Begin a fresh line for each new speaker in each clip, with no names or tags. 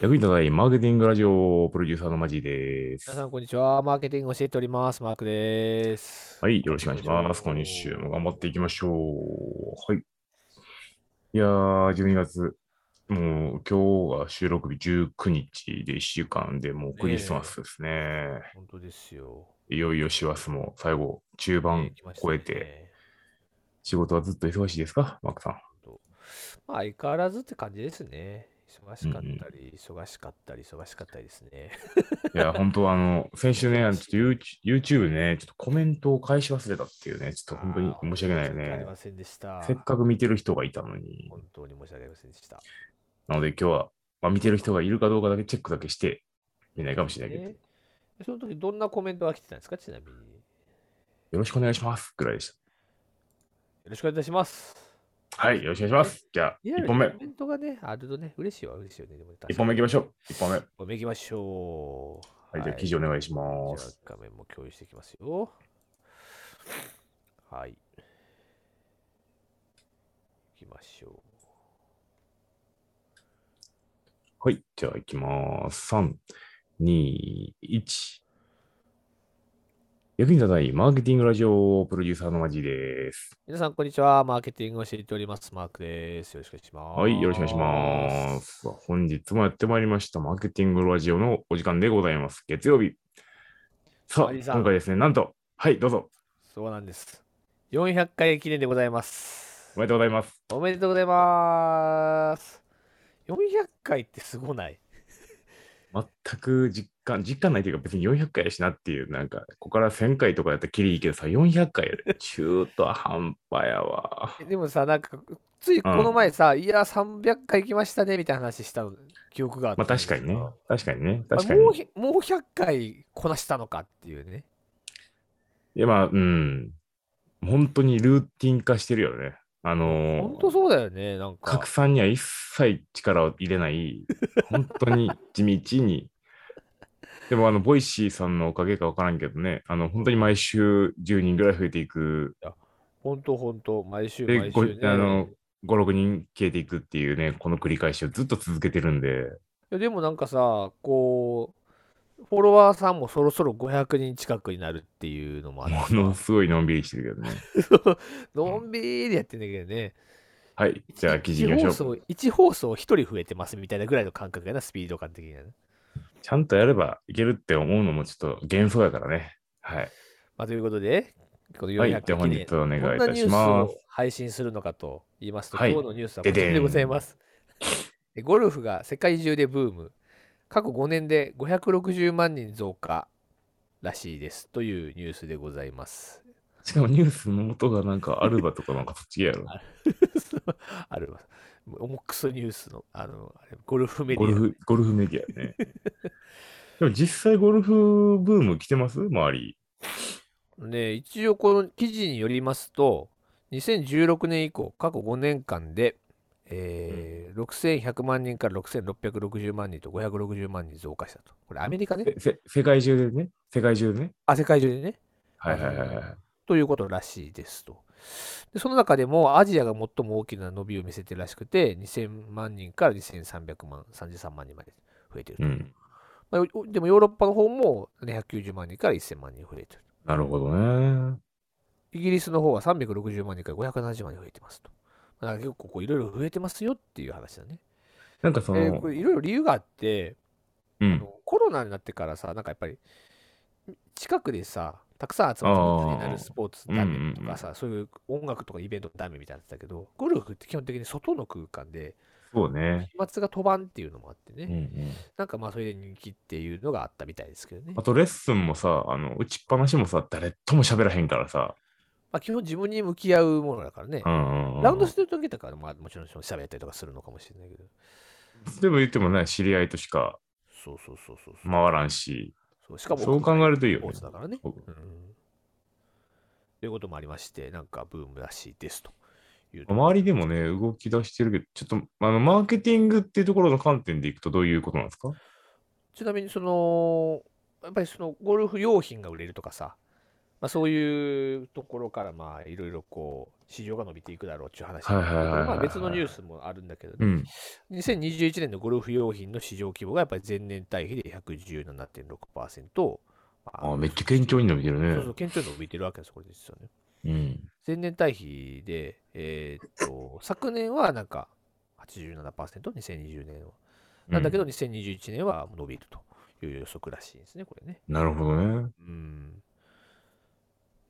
役に立たないマーケティングラジオプロデューサーのマジーで
皆
す。
さん、こんにちは。マーケティング教えております。マークです。
はい、よろしくお願いします。今週も頑張っていきましょう。はい。いやー、12月、もう今日が収録日19日で1週間でもうクリスマスですね。
本当ですよ。
いよいよ師走も最後、中盤超えて、
て。
仕事はずっと忙しいですか、マークさん。
本当まあ、相変わらずって感じですね。忙しかったり、忙しかったり、忙しかったりですね。
いや、本当あの、 先週ね、あのちょっと You- YouTube でね、ちょっとコメントを返し忘れたっていうね、ちょっと本当に申し訳ないよ
あーあ
ね。
りませんでした。
せっかく見てる人がいたのに。
本当に申し訳ありませんでした。
なので今日は、まあ、見てる人がいるかどうかだけチェックだけして、見ないかもしれないけど、
ねその時どんなコメントが来てたんですかちなみに。よ
よろしくお願いしますぐらいでし
ろしくお願いいたします。
た。はい、よろしくお願いします。じゃあ、
いや
1本目
コ、メントがね、あるとね、嬉しいわ、嬉しいよね。でも
1本目行きましょう。1本目。
一本目行きましょう。
はい、じゃあ記事お願いし
じ
ま
ゃあ
す。
画面も共有していきますよ。はい。行きましょ
はい、じゃあ行きます。3、2、1。役に立たないマーケティングラジオプロデューサーのマジです
う。。皆さん、こんにちは。マーケティングを教えております。マークです。よろしくお願いします。
はい、よろしくお願いしま。す。本日もやってまいりました、マーケティングラジオのお時間でございます。月曜日。さあ、
マリーさん
今回ですね、なんと、はい、どうぞ、
そうなんです。400回記念でございます
お。めでとうございます。
おめでとうございます。400回ってすごない。
全く実感、実感ないというか別に400回やしなっていう、なんか、ここから1000回とかやったらきりいいけどさ、400回やで中途半端やわ。
でもさ、なんか、ついこの前さ、いや、300回行きましたね、みたいな話したの記憶があった
まあ
んです
確か
けど。
にね、確かにね、
まあ
確かに
もう。ひもう100回こなしたのかっていうね。
いやまあ、うん。本当にルーティン化してるよね。あの
本当
ー、
そうだよね。なんか
拡。散には一切力を入れない、本当に地道に。でも、あの、ボイシーさんのおかげかわからんけどね、あの、本当に毎週10人ぐらい増えていく
本当本当毎週
で、
毎
ご
週ね。
あの、5、6人消えていくっていうね、この繰り返しをずっと続けてるんで、
いやでもなんかさ、こう、フォロワーさんもそろそろ500人近くになるっていうのもあ
も
って
のすごいのんびりしてるけ どね。
のんびりやってんだけどね。
はい、じゃあ記事いきましょう。
1放送1人増えてますみたいなぐらいの感覚やな、スピード感的にはね。
ちゃんとやればいけるって思うのもちょっと幻想やからね。はい。
まあ、ということで、この
は
400
い、じゃあ
回
本
記念
日お願いい
どん
た
なニ
し
ュース
ま
を
す。
配信するのかと言いますと、
はい
今日のニュースはこ
で
ち
でん
らでございます。 えゴルフが世界中でブーム。過去5年で560万人増加らしいですというニュースでございます。
しかもニュースの元がなんかアルバとかなんかそっち系や ろ。
あるわ。重くそニュースの、あの、あれゴルフメデ
ゴル
ィア。
フ、ゴルフメディア ね。でも実際ゴルフブーム来てます周り。
ね、一応この記事によりますと2016年以降過去5年間で、えー6100万人から6660万人と560万人増加したとこれアメリカね
せせ世界中でね。世界中でね。
あ世界中でね
はいはいはいはい。
ということらしいですとでその中でもアジアが最も大きな伸びを見せてるらしくて2000万人から2300万33万人まで増えてる
う
と、
ん。
まあよでもヨーロッパの方も190万人から1000万人増えてると
なるほどね。
イギリスの方は360万人から570万人増えてますと。だから結構こういろいろ増えてますよっていう話だね。
なんかその、
えーこれいろいろ理由があって、
う
あ
ん
の。コロナになってからさ、なんかやっぱり近くでさ、たくさん集まってみんなになるスポーツダメとかさ、そういう音楽とかイベントダメみたいになってたけど、ゴルフって基本的に外の空間で、
そうね。
飛沫が飛ばんっていうのもあってね、
うんうん
なんかまあそれで人気っていうのがあったみたいですけどね。
あとレッスンもさ、あの打ちっぱなしもさ、誰とも喋らへんからさ。
まあ、基本自分に向き合うものだからね。
うんうんうん
ラウンドしてる時とかは、まあ、もちろん喋ったりとかするのかもしれないけど。
でも言ってもね、知り合いとしか
そうそうそうそうそう。
回らんし、
そうしかも
そう考えるといいよね
スポーツだからね。
僕
うん。ということもありまして、なんかブームらしいですという。
周りでもね、動き出してるけど、ちょっとあのマーケティングっていうところの観点でいくとどういうことなんですか
ちなみに、その、やっぱりそのゴルフ用品が売れるとかさ、まあ、そういうところから、まあ、いろいろこう、市場が伸びていくだろうっていう話。
はいはいはいはいはい
まあ別のニュースもあるんだけど
う
ね、
ん。
2021年のゴルフ用品の市場規模がやっぱり前年対比で117.6%、まあ
あーめっちゃ堅調に伸びてるね。
そうそう、顕著に伸びてるわけです、これ実はね。
うん。
前年対比で、えー っと、昨年はなんか87%、2020年は。なんだけど、
う
2021年は伸びるという予測らしいですね、これね。
ん、なるほどね。
うん。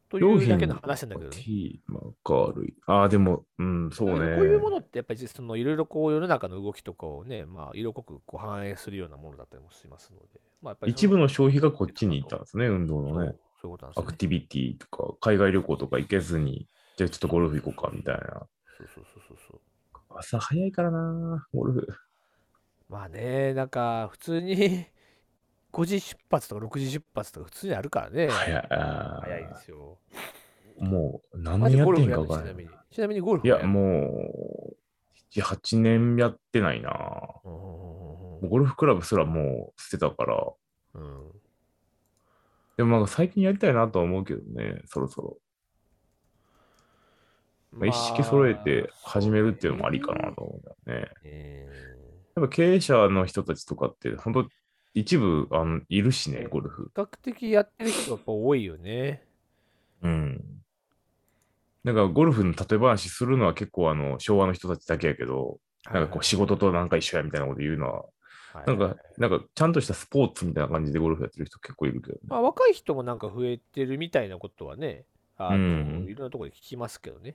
というだけの話なんだけどね。
T、まあ、明るい。ああ、でも、うん、そう
だけ
ね。
どこういうものってやっぱりそのいろいろこう世の中の動きとかをね、まあ、色濃くこう反映するようなものだったりもしますので、まあ、やっぱりそ
一部の消費がこっちに行ったんですね、運動
そう
のね。
そういうことなんです
ア
よ、
ク
ね。
ティビティとか、海外旅行とか行けずに、じゃあちょっとゴルフ行こうか、みたいな。
そうそうそうそうそう。
朝早いからな、ゴルフ。
まあね、なんか普通に 5時出発とか6時出発とか普通にあるからね。
早い。あ
早いんですよ。
ーもう、何
ま
年
ず
や
ゴ
っ
ル
て
フ
ん
や
か
る
分
ち
か
なん
ない。
みに。ちなみにゴルフ
い
は
や、もう、7、8年やってないな。も
う。うんうん
うゴルフクラブすらもう捨てたから。
うんうんうん
でもなんか最近やりたいなとは思うけどね、そろそろ。まあ、一式揃えて始めるっていうのもありかなと。思うんだよね。
そうね
やっぱ経営者の人たちとかって、本当一部あのいるしね、ゴルフ。
比較的やってる人がやっぱ多いよね。
うん。なんかゴルフの例え話するのは結構あの昭和の人たちだけやけど、なんかこう仕事となんか一緒やみたいなこと言うのは、
はい
な
はい
んか、なんかちゃんとしたスポーツみたいな感じでゴルフやってる人結構いるけどね。
まあ、若い人もなんか増えてるみたいなことはね、あの
うん
いろんなところで聞きますけどね。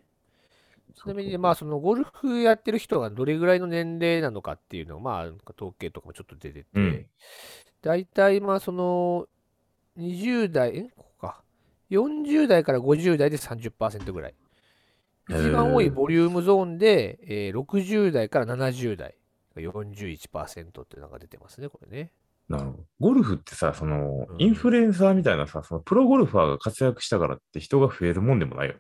ち
そう
なみに、まあ、そのゴルフやってる人がどれぐらいの年齢なのかっていうのを、まあ、なんか統計とかもちょっと出て
う
て
ん、
大体、まあ、その、20代、えここか、40代から50代で30%ぐらい。
へー
一番多いボリュームゾーンで、えー60代から70代が41%ってなんか出てますね、これね。
なるほど。ゴルフってさ、その
うん
インフルエンサーみたいなさ、そのプロゴルファーが活躍したからって人が増えるもんでもないよね。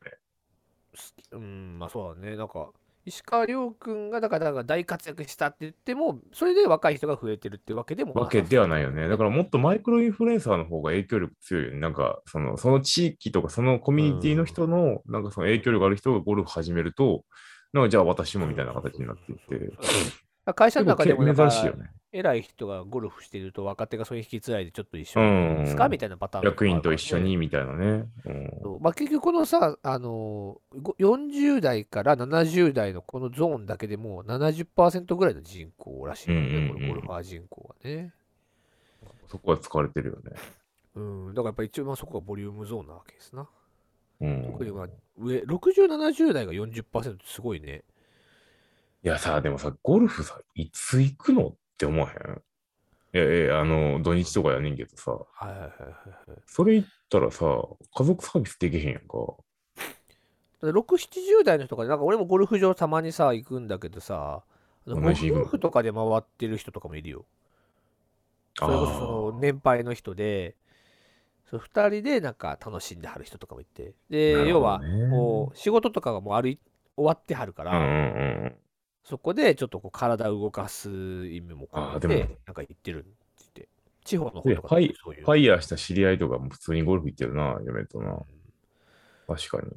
すうん、まあそうだね。なんか、石川遼君が、だから、だから大活躍したって言っても、それで若い人が増えてるってわけでも
わけではないよね。だからもっとマイクロインフルエンサーの方が影響力強いよね。なんかそのその地域とかそのコミュニティの人のなんかその影響力ある人がゴルフ始めると、なんかじゃあ私もみたいな形になっていって。
そうそうそうそう会社の中でも、
結構珍しい
だ
よ
から
ね。
偉い人がゴルフしてると、若手がそれ引き継いで、ちょっと一緒
う
に
ん。
ですか、みたいなパターンもある
役
からね
員と一緒に。みたいなね。うん、
そうまあ、結局、このさ、あのー、ご40代から70代のこのゾーンだけでもう70%ぐらいの人口らしいのね、
うんうんうん
このゴルファー人口はね。
そこは使われてるよね。
うん、だからやっぱ一応、まあそこがボリュームゾーンなわけですな。
うん
特、にまあ上60、70代が40%ってすごいね。
いやさ、でもさ、ゴルフさ、いつ行くのって思わへんいやいや、あの、土日とかやねんけどさ、
はいはいはいはいはい。
それ行ったらさ、家族サービスできへんやんか。
だから6、70代の人が、なんか俺もゴルフ場たまにさ、行くんだけどさ、あのご
同じ
夫婦とかで回ってる人とかもいるよ。それこそそ
あ
の年配の人で、そう2人でなんか楽しんではる人とかもいて。
ー
で、
なる
要
ほど
は
ね
もう仕事とかがもうあるい終わってはるか
うんう
ら、
んうん。
そこでちょっとこう体を動かす意味も込め
あーで
て
も、
なんか行ってるって言って。地方の方
で
とか
ファイ
そういう。
ファイヤーした知り合いとかも普通にゴルフ行ってるな、嫁とな。
うん
確かに。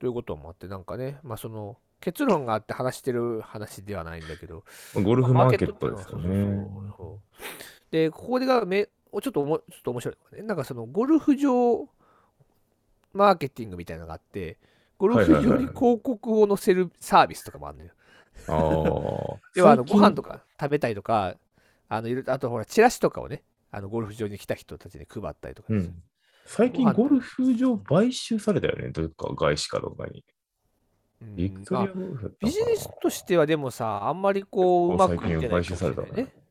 ということもあって、なんかね、まあその結論があって話してる話ではないんだけど、
ゴルフマーケッ
まあ
トですよ
マーケッ
ね
ト。っていうのはそうそうそうで、ここでがめちょっとおもちょっと面白いのがね、なんかそのゴルフ場マーケティングみたいなのがあって、ゴルフ
はいはい
場
はい
に広告を載せるサービスとかもあるのよ。
ああ。
要はあのご飯と
か。
か食べたりとか、あのいろあとほら、チラシとかをね、あのゴルフ場に来た人たちに配ったりとか
う
ね、
ん。最近ゴルフ場買収されたよね。どっか外資かどっかに。
うん
ビクトリアゴルフだったかな
ビジネスとしてはでもさ、あんまりこう、うまくいっ
最
てな
近
いかも
買
しれ
収された
な
ね
いね。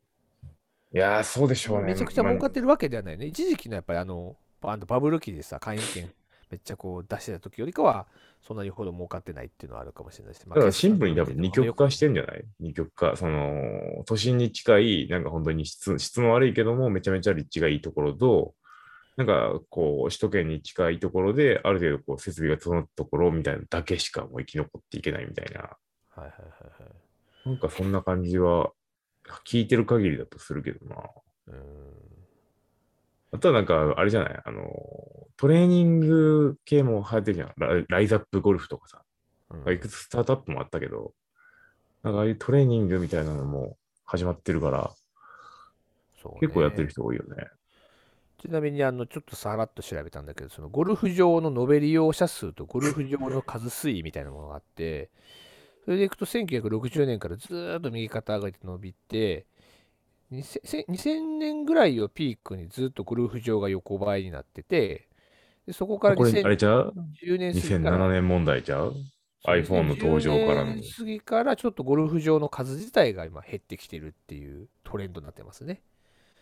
いやー、そうでしょうね。
めちゃくちゃ儲かっててるわけではないね。一時期のやっぱりあの、ババブル期でさ、会員権めっちゃこう出してた時よりかは、そんなにほど儲かってないっていうのはあるかもしれないし。まあ
だからシンプルに多分二極化して
る。
んじゃない二極化。その、都心に近い、なんか本当に質質の悪いけども、めちゃめちゃ立地がいいところと、なんかこう、首都圏に近いところで、ある程度こう、設備が整ったところみたいなだけしかもう生き残っていけないみたいな。
はいはいはいはい。
なんかそんな感じは、聞いてる限りだとするけどな。
うーん
あとはなんか、あれじゃないあの、トレーニング系も流行ってるじゃん。ラライザップゴルフとかさ。
うん
いくつスタートアップもあったけど、なんかああいうトレーニングみたいなのも始まってるから、
そうね
結構やってる人多いよね。
ちなみにあのちょっとさらっと調べたんだけどそのゴルフ場の延べ利用者数とゴルフ場の数推移みたいなものがあってそれでいくと1960年からずーっと右肩上がりで伸びて 2000, 2000年ぐらいをピークにずっとゴルフ場が横ばいになっててでそこから
これ、あれ
2010
じゃう
年過ぎから
?2007 年問題ちゃう iPhone の登場からの
2010年過ぎからちょっとゴルフ場の数自体が今減ってきてるっていうトレンドになってますね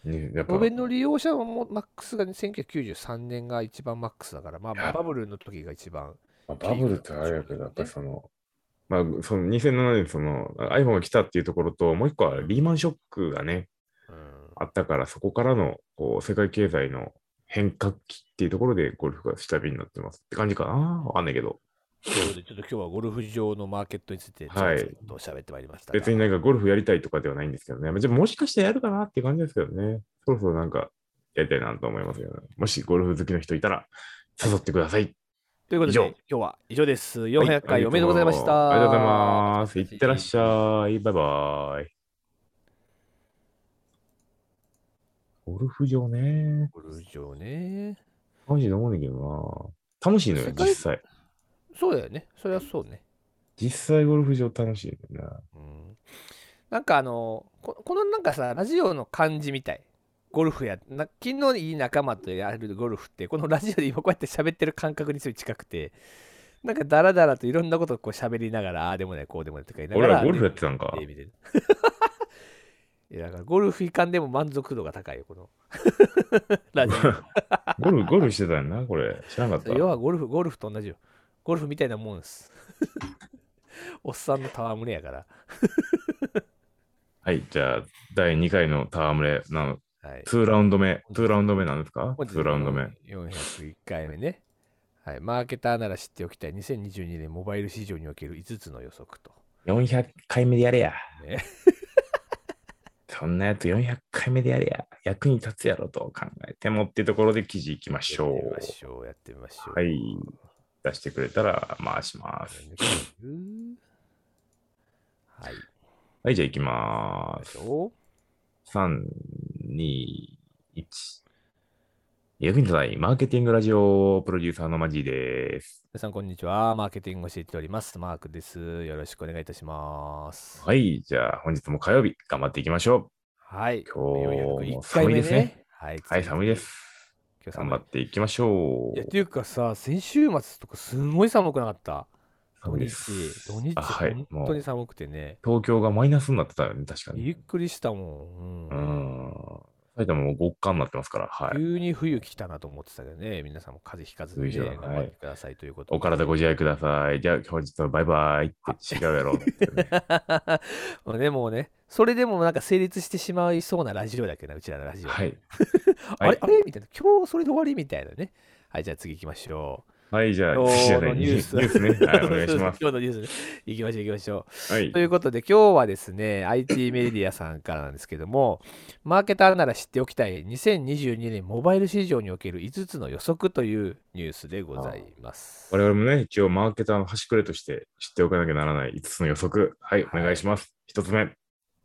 ね、やっぱ
路、面の利用者のもマックスが、ね、1993年が一番マックスだから、まあ、
いや
バブルの時が一番。
まあバブルってあれやけど、やっぱりその、まあ、その2007年その iPhone が来たっていうところと、もう一個はリーマンショックがね、
うん
あったから、そこからのこう世界経済の変革期っていうところでゴルフが下火になってますって感じかなわかんないけど。
ということで、ちょっと今日はゴルフ場のマーケットについて、ちょ
はい
っと喋ってまいりましたが。
別になんかゴルフやりたいとかではないんですけどね。まあじゃあもしかしてやるかなっていう感じですけどね。そろそろなんかやりたいなと思いますけど、ね、もしゴルフ好きの人いたら誘ってください。
というこ
以
とで、
上
今日は以上です。400
は
回おめでとうございました。
ありがとうございます。いってらっしゃい。バイバイ。ゴルフ場ね。
ゴルフ場ね。
楽しいと思うんだけどな。楽しいのよ
世、界
実際。
そうだよね。それはそうね。
実際ゴルフ場楽しいよな。
うん、なんかあのこ、このなんかさ、ラジオの感じみたい。ゴルフや、な昨日いい仲間とやるゴルフって、このラジオで今こうやって喋ってる感覚にすごい近くて、なんかダラダラといろんなことをこう喋りながら、ああでもない、こうでもないとか言いなが
俺
ら、
らゴルフやってたんか
テレ。ビでいや、だからゴルフいかんでも満足度が高いよ、このラジ
ゴルフ、ゴルフしてたよな、これ。知らなかった
オ。。要はゴルフ、ゴルフと同じよ。ゴルフみたいなもんです。 おっさんの戯れやから。
はい、じゃあ、第2回の戯れなの、
はい
2ラウンド目、2ラウンド目なんですか
本日
?2 ラウンド目。
401回目ね。はい。マーケターなら知っておきたい2022年モバイル市場における5つの予測と。
400回目でやれ や。
ね
そんなやつ400回目でやれや。役に立つやろと考えてもってところで記事いきましょ
やってみま
う。
しょう。やってみましょう。
はい。出してくれたら回します。
はい。
はい、じゃあ行きま
でし
す。
ょ
3、2、1。役に立たないマーケティングラジオプロデューサーのマジーです。
皆さん、こんにちは。マーケティングを教えております。マークです。よろしくお願いいたします。
はい、じゃあ本日も火曜日頑張っていきましょ
はい。
今日も
401回
寒
目
いですね。
はい。
う。はい、寒いです。。
今日
頑
寒い
張っていきましょ
いうや、。っていうかさ、先週末とかすんごい寒くなかった。土
寒い
日
で、す
土日、
あはい
本当に寒くてね。
東京がマイナスになってたよね、確か
び
に
っ。くりしたもん。
う
うん
ん。埼玉も極寒になってますから、はい。
急に冬来たなと思ってたけどね、皆さんも風邪ひかずに、
冬じゃない
ね、頑張ってくださいということで
お体 ご自愛ください。じゃあ、本日はバイバイって違うやろってね、
もうね、もうね、それでもなんか成立してしまいそうなラジオだけどな、うちらのラジオ。
はい。
あれ、あれみたいな、今日それで終わりみたいなね。はい、じゃあ次行きましょう。
はい、じゃあ、
今日
じゃな
の
い
ニ
ニ
ュ
ュ
ー
ー
ス
スですね。はい、お願いし ます。
今日のニュースね。行きましょう、行きましょ う。
はい
と。いうことで、今日はですね、IT メディアさんからなんですけども、マーケターなら知っておきたい2022年モバイル市場における5つの予測というニュースでございます。
我々もね、一応マーケターの端くれとして知っておかなきゃならない5つの予測。はい、
はい
お願いします。1つ目。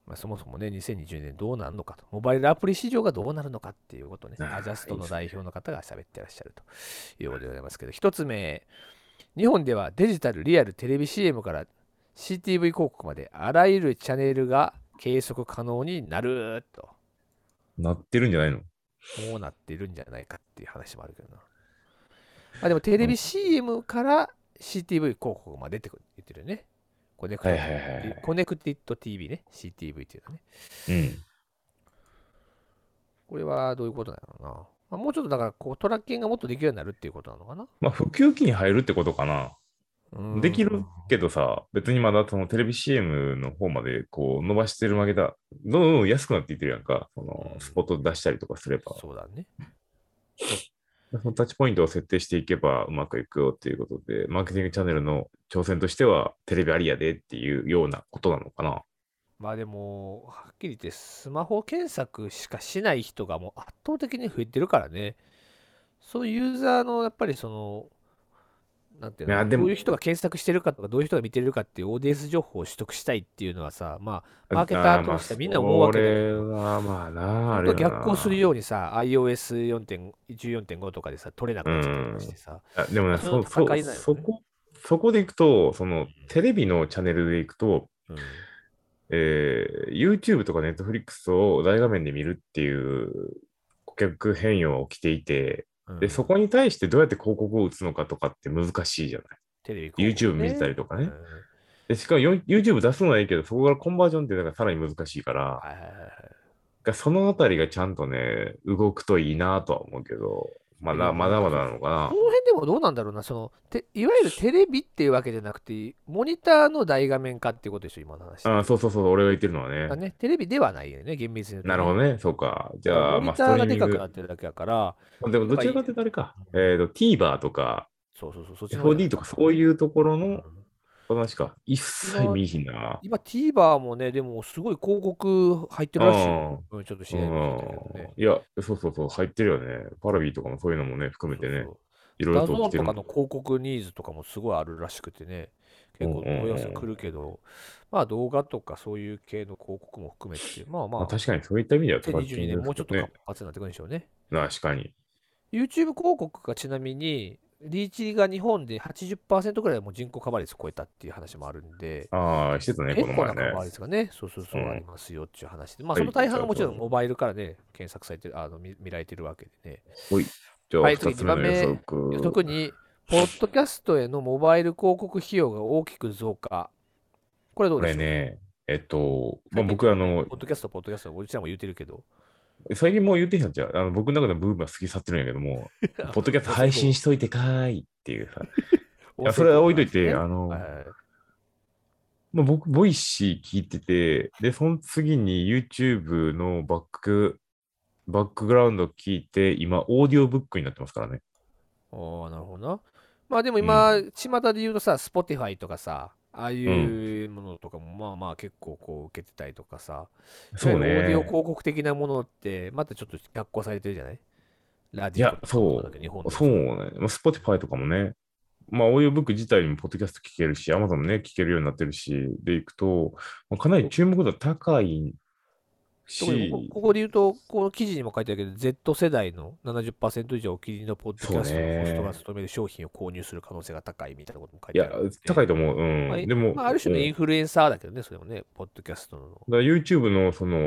まあ、そもそもね、2020年どうなるのかと、モバイルアプリ市場がどうなるのかっていうことね、
あー
アジャスト
いい
の
です
代表の方が喋ってらっしゃるということでございますけど、一つ目、日本ではデジタル、リアル、テレビ CM から CTV 広告まであらゆるチャンネルが計測可能になると、
なってるんじゃないの
こうなってるんじゃないかっていう話もあるけどな。まあ、でもテレビ CM から CTV 広告までって言ってるよね。コネクティ
はいはいはいはい
コネクティッド TV ね、CTV っていうのね。
うん。
これはどういうことなのかな、まあ、もうちょっとだからこうトラッキングがもっとできるようになるっていうことなのかな、
まあ、普及期に入るってことかな。
うん
できるけどさ、別にまだそのテレビ CM の方までこう伸ばしてる負けだ。どんどん安くなっていってるやんか。その
うん
スポット出したりとかすれば。
そうだね。
そのタッチポイントを設定していけばうまくいくよっていうことで、マーケティングチャンネルの挑戦としてはテレビありやでっていうようなことなのかな。
まあでも、はっきり言ってスマホ検索しかしない人がもう圧倒的に増えてるからね。そういうユーザーのやっぱりその、なんていう
いや
の、
で
ど
も
ういう人が検索してるかとか、どういう人が見てるかっていうオーディエンス情報を取得したいっていうのはさ、まあ、マーケターとしてはみんな思うわけだ
だ
け
け
ど
ど。それはまあな、あれ
本当逆行する
よ。
ようにさ、iOS14.5 とかでさ、取れなくなっちゃったりとかしてさ、
あでもね、
そ
そ
の
そ
戦いだよね
そこ、そこでいくと、そのテレビのチャンネルでいくと、
うん
えー YouTube とか Netflix を大画面で見るっていう顧客変容が起きていて、
うん
で、そこに対してどうやって広告を打つのかとかって難しいじゃない。
テレビ
YouTube 見てたりとかね。でしかもよ YouTube 出すのはいいけど、そこからコンバージョンってなんかさらに難しいから、
はいはいはいはい
がそのあたりがちゃんとね、動くといいなとは思うけど、ま
いや
だまだまだなのか
こ
な
の。辺でもどうなんだろうな、そのていわゆるテレビっていうわけじゃなくて、モニターの大画面化っていうことでしょ、今の話。
あそうそうそう、俺が言ってるのはね。
だね、テレビではないよね、厳密に言うと
なるほどね、そうか。じゃあ、
モ
ま
ニ
あ、スト
ター
リー
が
ミ
で
ン
かくな
グ
ってるだけだから、
でも、どちらかというとあれか、えっと、TVer とか、
そうそうそう、そっちの方が
FOD とかそういうところ
う
の
ん
話か。一切見いひんな。
今 TVer もね、でもすごい広告入ってるらしいよ。うんちょっと知
う
り合いに聞いたけど
ん
ね。。
いや、そうそうそう、入ってるよね。パラビーとかもそういうのもね、含めてね
そう、そう
いろい
ダ
ろ
ゾ
と
ー
来
ン
て
と
る
か。の広告ニーズとかもすごいあるらしくてね、結構
うんうんうん
問い合わせ来るけど、まあ動画とかそういう系の広告も含めて、まあ
ま
ま
あ、
あ、
確かにそういった意味では
手
高い
順にね、もうちょっと
ね
活。発になってくるんでしょうね。
確かに。
YouTube 広告がちなみに、リーチが日本で80%ぐらいもう人口カバー率超えたっていう話もあるんで、
ああ、してたね、こ
結
の
構な
前
カバー
ね。
率がね、そうそうそう
うん
ありますよっていう話で、まあ
はい
その大半がもちろ
そ
ん
うそ
モバイルからね、検索されてる、あの見見られてるわけでね。
じゃあ、
はい
2つ
次
目の予
いや
測。
特に、ポッドキャストへのモバイル広告費用が大きく増加。これど
こ
うで
れ
しょう
ね、えっと、まあ、
はい
僕、あの
ポ、ッドキャスト、ポッドキャスト、おじちゃんも言うてるけど。
最近もう言ってきたんちゃうあの僕の中でブームは過ぎ去ってるんやけども、 ポッドキャスト配 信しといてかーいっていうさ。いやそれは置いといて、あの、
はいはいはい
まあ、僕、ボイシー聞いてて、で、その次に YouTube のバック、バックグラウンド聞いて、今、オーディオブックになってますからね。
ああ、なるほどな。まあでも今、巷で言うとさ、Spotify とかさ、ああいううものとかも、まあまあ結構こう受けてたりとかさ、
そう
いわゆるオーディオ
ね。
広告的なものって、またちょっと脚光されてるじゃないラ
い
ジオ
や
と、かも
そ
だけど日本
う、
で
そうね。まあ、Spotify とかもね、まあ、オーディオブック自体にもポッドキャスト聞けるし、Amazon もね、聞けるようになってるし、でいくと、まあ、かなり注目度高い
特にこ
し、
ここで言うと、この記事にも書いてあるけど、Z 世代の70%以上お気に入りのポッドキャストのホストが勤める商品を購入する可能性が高いみたいなことも書
い
いてあ
や
る。、
高
い。
いと思う。うん。
まあ、
でも、
まあ、ある種の
うん
インフルエンサーだけどね、それもね、ポッドキャストの。
だから YouTube のその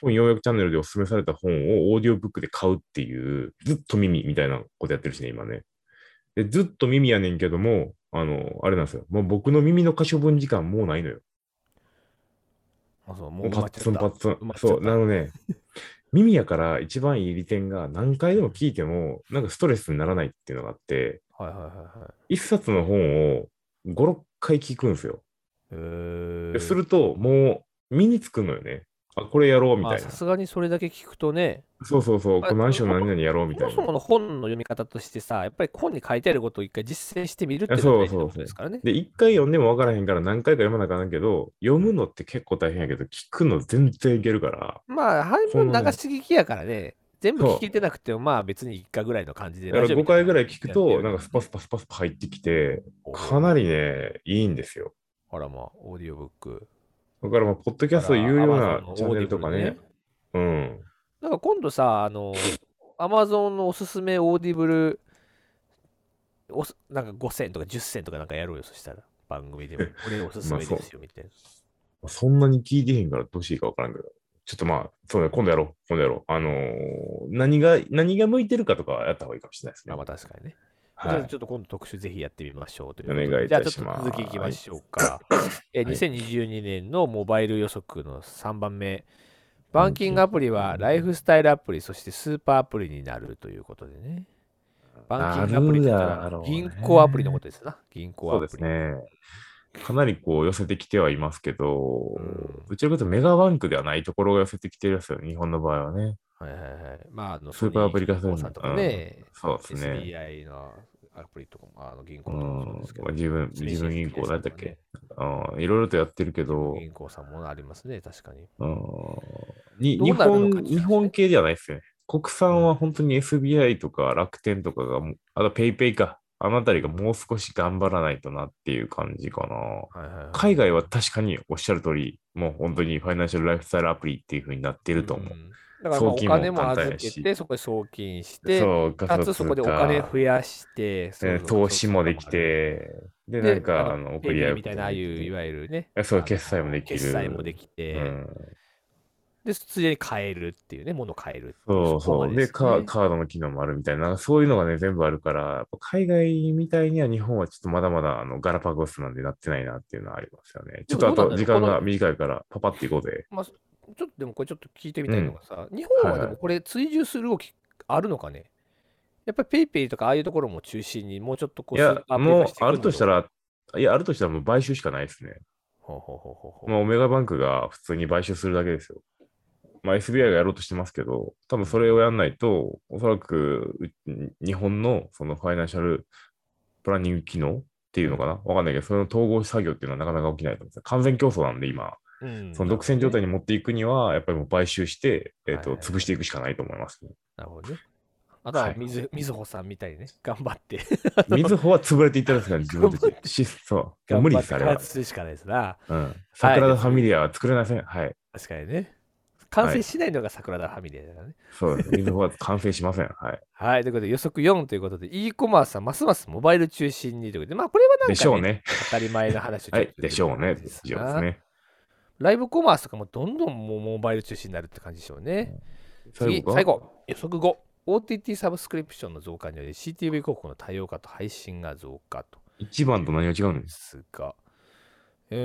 本要約チャンネルでおすすめされた本をオーディオブックで買うっていう、ずっと耳みたいなことやってるしね、今ね。でずっと耳やねんけども、あの、あれなんですよ。もう僕の耳の可処分時間もうないのよ。
あ、そう、も
も
う
う
埋
パ
ま
ッ
っちゃ
ツ
っ
ン
た
パッツン
埋まっ。ちゃっ
そ
た
う、なのね、耳やから一番いい利点が何回でも聞いても、なんかストレスにならないっていうのがあって、
はいはいはいはい。
一冊の本を5、6回聞くんですよ。
え
で
ー、
すると、もう身につくのよね。あ、これやろうみ
ま
た
あ
いな
さ。すがにそれだけ聞くとね、
そうそうそう、
まあ
この何章何々やろうみ
そ
た
も
い
そ
な。
もの本の読み方としてさ、やっぱり本に書いてあることを一回実践してみるって
あ
いう
そ
のが
う
大事な
そう
ことですからね。
で、一回読んでも分からへんから何回か読まなあかんねんけど、読むのって結構大変やけど、聞くの全然いけるから。
まあ、半
そ
分
のね
流し聞きやからね、全部
そう
聞けてなくても、まあ別に1回ぐらいの感じで。
だから
ラジオみ
5
た
回
な
ぐらい聞くと、なんかスパス
や
パスパスパ入ってきて、
ってる
かなりね、いいんですよ。
あらまあ、オーディオブック。
だから、まあ、ポッドキャストで言うような
Amazon の
チャンネルとか
Audible
ね。うん。
なんか今度さ、あの、アマゾンのおすすめオーディブル、おすなんか5選とか10選とかなんかやろうよ、そしたら。番組 でも。これおすすめですよ、みたいな。
そんなに聞いてへんからどうしていいか分からんけど。ちょっとまあ、そうね、今度やろう。今度やろう。あのー何が、何が向いてるかとかはやった方がいいかもしれないですね。
まあまあ確かにね。
は
じゃあ
い
ちょっと今度特集ぜひやってみましょうという
お
ことで
願いい
じゃあ
た
ちょっ
し
と
ます
続きいきましょう か。えー
はい
2022年のモバイル予測の3番目。バンキングアプリはライフスタイルアプリ、そしてスーパーアプリになるということでね。バンキングアプリというの
なるだろ
は
うね
銀行アプリのことですな。銀行
そ
ア
う
プ
で
リ。
すね。かなりこう寄せてきてはいますけど、
うん
うちのことメガバンクではないところが寄せてきてるんですよ、日本の場合はね。
はいはいはい。まあ、あの
スーパーアプリ化する
ソニーさんとかね、
そうですね。
SBI のアプリとかも、あの銀行
う
とかもそうですけど
ん、、自分、自分銀行なんだっけ、ああいろいろとやってるけど、
銀行さんもありますね、確かに。
うんに
どう
日
なるの
本
かっていう話ね
日本系ではないですよね。国産は本当に SBI とか楽天とかがもう、あと PayPay か、あのあたりがもう少し頑張らないとなっていう感じかな。
はいはいはい
海外は確かにおっしゃる通り、もう本当にファイナンシャルライフスタイルアプリっていう風になってると思う。
んだからま
送
あお
金も
金も
簡単
預
やし
けて、そこで送金して、
そう、
かつそこでお金増やして、
えー投資もでき、て、で、なんか、あの、
送
送
り
り合
合
う
う
こ
み
と
たい
も
な、ああ
で
い
き
う、い
て
わゆるね。
えそう
あの
決済もできる
決済もできて、
うん
で、ついでに買えるっていうね、物を買えるってい
そう
こ
そ
ま
う。
で
で、
す
カ
よ
ー
ね
カードの機能もあるみたいな、そういうのがね、全部あるから、やっぱ海外みたいには日本はちょっとまだまだあのガラパゴスなんでなってないなっていうのはありますよね。ち
で
ょっ
も
とあ
ど
と
うなん
時
だろう
間が短いから、パパっていこうぜ。
まあ、ちょっとでもこれちょっと聞いてみたいのがさ、日本は
は
で
いは
もこれ追従する動きあるのかねやっぱりペイペイとかああいうところも中心にもうちょっとこ
いうや、もうあるとした
ら、
ら、いや、あるとしたらもう買収しかないですね。
ほうほうほうほうほう
もうメガバンクが普通に買収するだけですよ。まあ、SBI がやろうとしてますけど、多分それをやんないと、おそらくう日本のそのファイナンシャルプランニング機能っていうのかな、わかんないけど、それの統合作業っていうのはなかなか起きないと思うんですよ。完全競争なんで、今、
うん
その独占状態に持っていくには、やっぱりもう買収して、えっ
は
と
いはい
潰していくしかないと思いますね。
なるほどね。あとは
はい
みず、みずほさんみたい にね、頑張って、
みずほは潰れていったんですから、自 分たちで。しそう、もう
頑
無理で
張って
す、あれ
開
は
発。するしかないですな。
うん。桜田ファミリアは作れません。はい。
確かにね。完成しないのが桜田ファミリーだからね。
そうです。みずほは完成しません。はい。
はい、ということで予測4ということで、e コマースはますますモバイル中心にということで、まあこれはなんか、
でしょうね。
当たり前の話をちょ
は
っと
い、でしょうね。
出てくる感じです
以上
な
ですね。
ライブコマースとかもどんどんもうモバイル中心になるって感じでしょうね。次、
か
最。後、予測5。OTT サブスクリプションの増加により CTV 広告の多様化と配信が増加と
一番と何が違うん
で
です
すが、う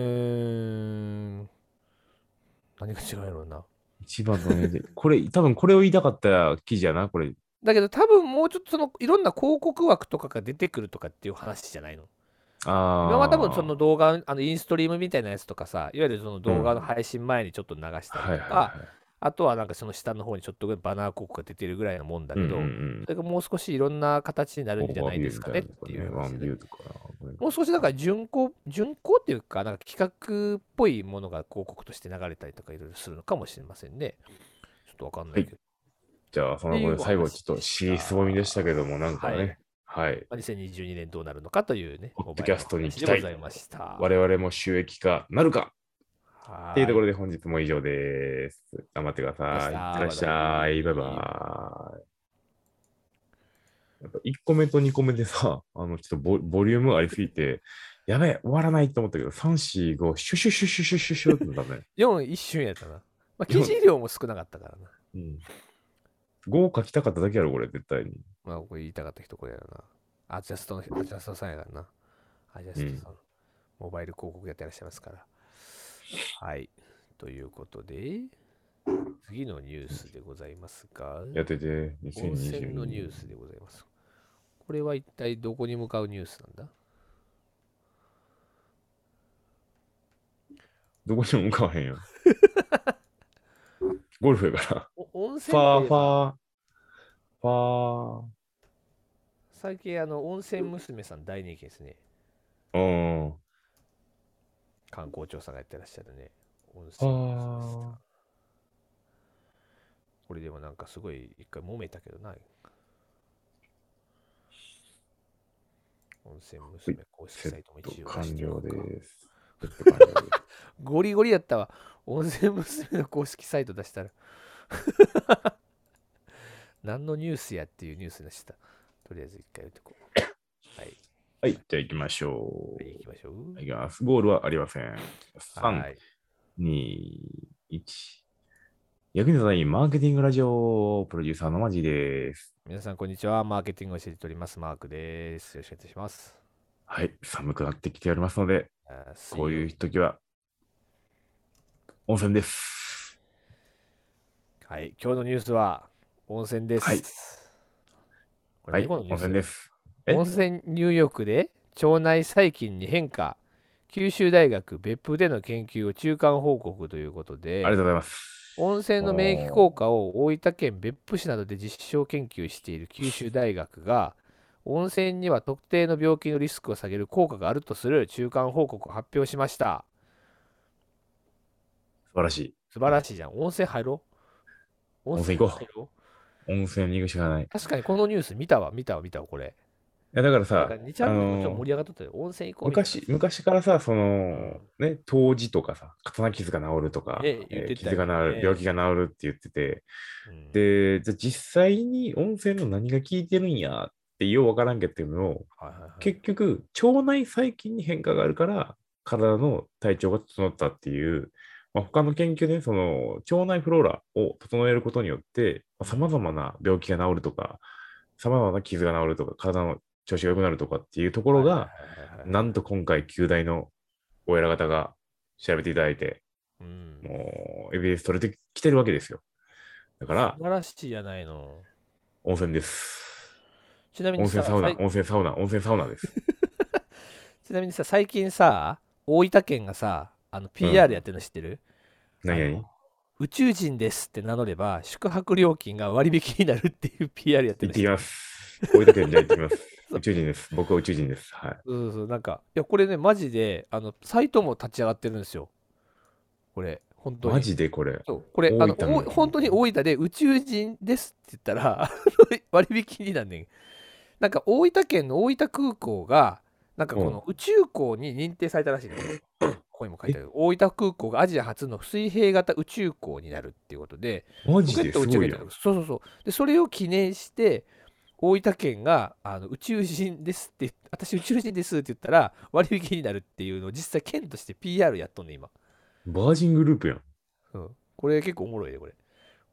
ーん、何が違うやろうな。
一番と何が違うこれ、多分これを言いたかった記事やな、これ。
だけど多分もうちょっとそのいろんな広告枠とかが出てくるとかっていう話じゃないの。
ああ。
今は多分その、動画、あのインストリームみたいなやつとかさ、いわゆるその動画の配信前にちょっと流したりとか、
はいはいは
あとはなんかその下の方にちょっとぐらいバナー広告が出てるぐらいのもんだ
い。
けど、
うんうん
それがもう少しいろんな形にな
う
る
ん
んじゃないですかねっ
オーバ
て
ービューみたいなワンビ
いう話でね、
ューとかな。
もう少しなんか巡航、巡航っていうか、なんか企画っぽいものが広告として流れたりとかいろいろするのかもしれませんね。ちょっとわかんないけど。
じゃあ、その
っていう
後
お話
最後、ちょっと尻すぼみでしたけども、なんかね、はい。
まあ2022年どうなるのかというね、
ポッドキャストに
モバイルの話でございました。
我々も収益化なるかっていうとこ
ろ
ろで本日も以上です。頑張ってください。いって
い
ら
っ
ってしゃ
らっしゃい
い。バイバイ。やっぱ1個目と2個目でさ、あの、ちょっとボボリュームありすぎて、やべえ、終わらないと思ったけど、3、4、5、シュシュシュシュシュシュシュってな ったね。
4一瞬やったな。まあ、記事量も少なかったからな。
うん。5を書きたかっただけやろ、これ、絶対に。
まあ、これ言いたかった人これやろな。アジャストの、アジャストさんやからな。アジャストさん、モバイル広告やってらっしゃいますから。はい。ということで、次のニュースでございますが、
やってて、
温泉のニュー
2020。
スでございます。これは一体どこに向かうニュースなんだ
どこにも向かわへ んよ。ゴルフやから。
お温
フ
泉
ァー
といえ
フ
ば
ァー。ファー。
最近あの温泉娘さん大人気ですね。
うん。
観光調査がやってらっしゃるね。温泉娘さん
あ
これでもなんかすごい一回揉めたけどな。温泉娘公式サイトも
ー
一応出し
完
てお
了
く
で
か
す。セット完了です
ゴリゴリやったわ。温泉娘の公式サイト出したら。 何のニュースやっていうニュースでした。とりあえず一回言って こう。はい。
はい、じゃあ行きましょ
行きましょ
う。
う。
いきます。ゴールはありません。
は
3、
い。
2、1。役に立たないマーケティングラジオプロデューサーのマジです。
皆さん、こんにちは。マーケティングを教えております。マークです。よろしくお願いします。
はい、寒くなってきておりますので、
あー水曜
こういう時は、温泉です。
はい、今日のニュースは温泉です。
はい
これ
はい、
ねこのニュ
温
ース
泉です。え
温泉入浴で腸内細菌に変化。九州大学別府での研究を中間報告ということ
あ
で
りが、とうございます。
温泉の免疫効果を大分県別府市などで実証研究している九州大学が、温泉には特定の病気のリスクを下げる効果があるとする中間報告を発表しました。
素晴らしい。
素晴らしいじゃん。温泉入ろう。
温泉行こう
温入ろ。
温泉に行くしかない。いう
確かにこのニュース見たわ、見たわ、見たわ、これ。
や、だから
なん
さ
か、2チャンネルもちょっと
あのー
盛り上がっとったよ。温泉行こうみたいな。
昔、昔からさ、その、ね、湯治とかさ、刀傷が治るとか、
ね言ってた
傷
よ
が治る
ね、
病気が治るって言ってて、
うん
で、じゃあ実際に温泉の何が効いてるんやってようわからんけどっていうのを、
はいはいはい
結局、腸内細菌に変化があるから、体の体調が整ったっていう、まあ、他の研究で、その腸内フローラを整えることによって、さまざ、まな病気が治るとか、さまざまな傷が治るとか、体の調子が良くなるとかっていうところが、
はいはいはいはい
なんと今回、旧大のお偉方が調べていただいて、
うん
もうエビデンス取れてきてるわけですよ。だから
素、晴らしいじゃないの。
温泉です。
ちなみ
温
に
泉
さ、
サウナ、
さい
温泉サウナ、温泉サウナです。
ちなみにさ、最近さ、大分県がさ、あの PR やってるの知ってる、
何
あ
々
の宇宙人ですって名乗れば、宿泊料金が割引になるっていう PR やっ
行って
てるの知っ
き
てる。
ます。大分県じゃ行ってきます
そう
宇宙人です。僕は宇宙人です。はい。
そうそうそう、なんか、いや、これね、マジで、あの、サイトも立ち上がってるんですよ。これ、本当に。
マジでこれ。
そうこれ
大分
あの
の
お本当に大分で宇宙人ですって言ったら 割引になんねんなんか大分県の大分空港がなんかこの宇宙港に認定されたらしいの よここにも書いてある大分空港がアジア初の水平型宇宙港になるっていうことで
マ
ロ
ジ
ケッ
で
トを
す
打ち上
ご
げ
い
た
や
の
ん。
そうそうそうでそれを記念して大分県があの宇宙人ですって言っ私宇宙人ですって言ったら割引になるっていうのを実際県として PR やっとんねん今
バージングループやん。
うん、これ結構おもろいねこれ
へ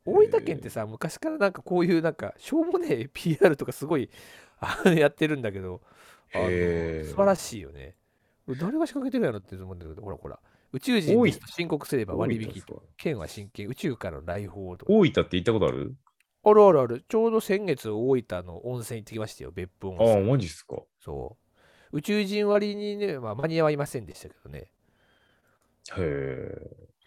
大
ー
分県ってさ昔からなんかこういうなんかしょうもねえ PR とかすごいあのやってるんだけどあの
へー
素晴らしいよね誰が仕掛けてるやろって思うんだけどほらほら宇宙人ですと申告すれば割
大分で
引
すか
県は真剣宇宙からの来訪とか
大分って行ったことある
あるあるあるちょうど先月大分の温泉行ってきましたよ別府温
ああ、
泉
マジっすか。
そう宇宙人割にね、まあ、間に合いませんでしたけどね
へえ。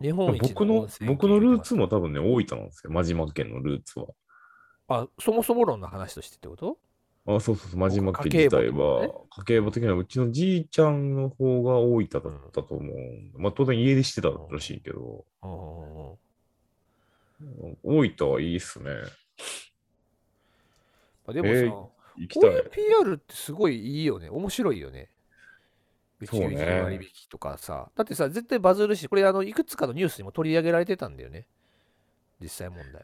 日本一
僕
の温
の、
泉
僕のルーツ
も
も多分ね、大分なんですよ。真島県のルーツは。
あそもそも論の話としてってこと
あ、そうそうそう、真島
家
家
計
自
簿
体
って
は、家計簿的にはうちのじいちゃんの方が大分だったと思う。まあ当然家出してたらしいけど、
うんうんうんうん
大分はいいっすね。
まあでもさ、
えー
こ
行き
う
た
い。
いう
PR ってすごいいいよね。面白いよね。宇宙
そうね
人割引とかさ。だってさ、絶対バズるし、これあのいくつかのニュースにも取り上げられてたんだよね。実際問題。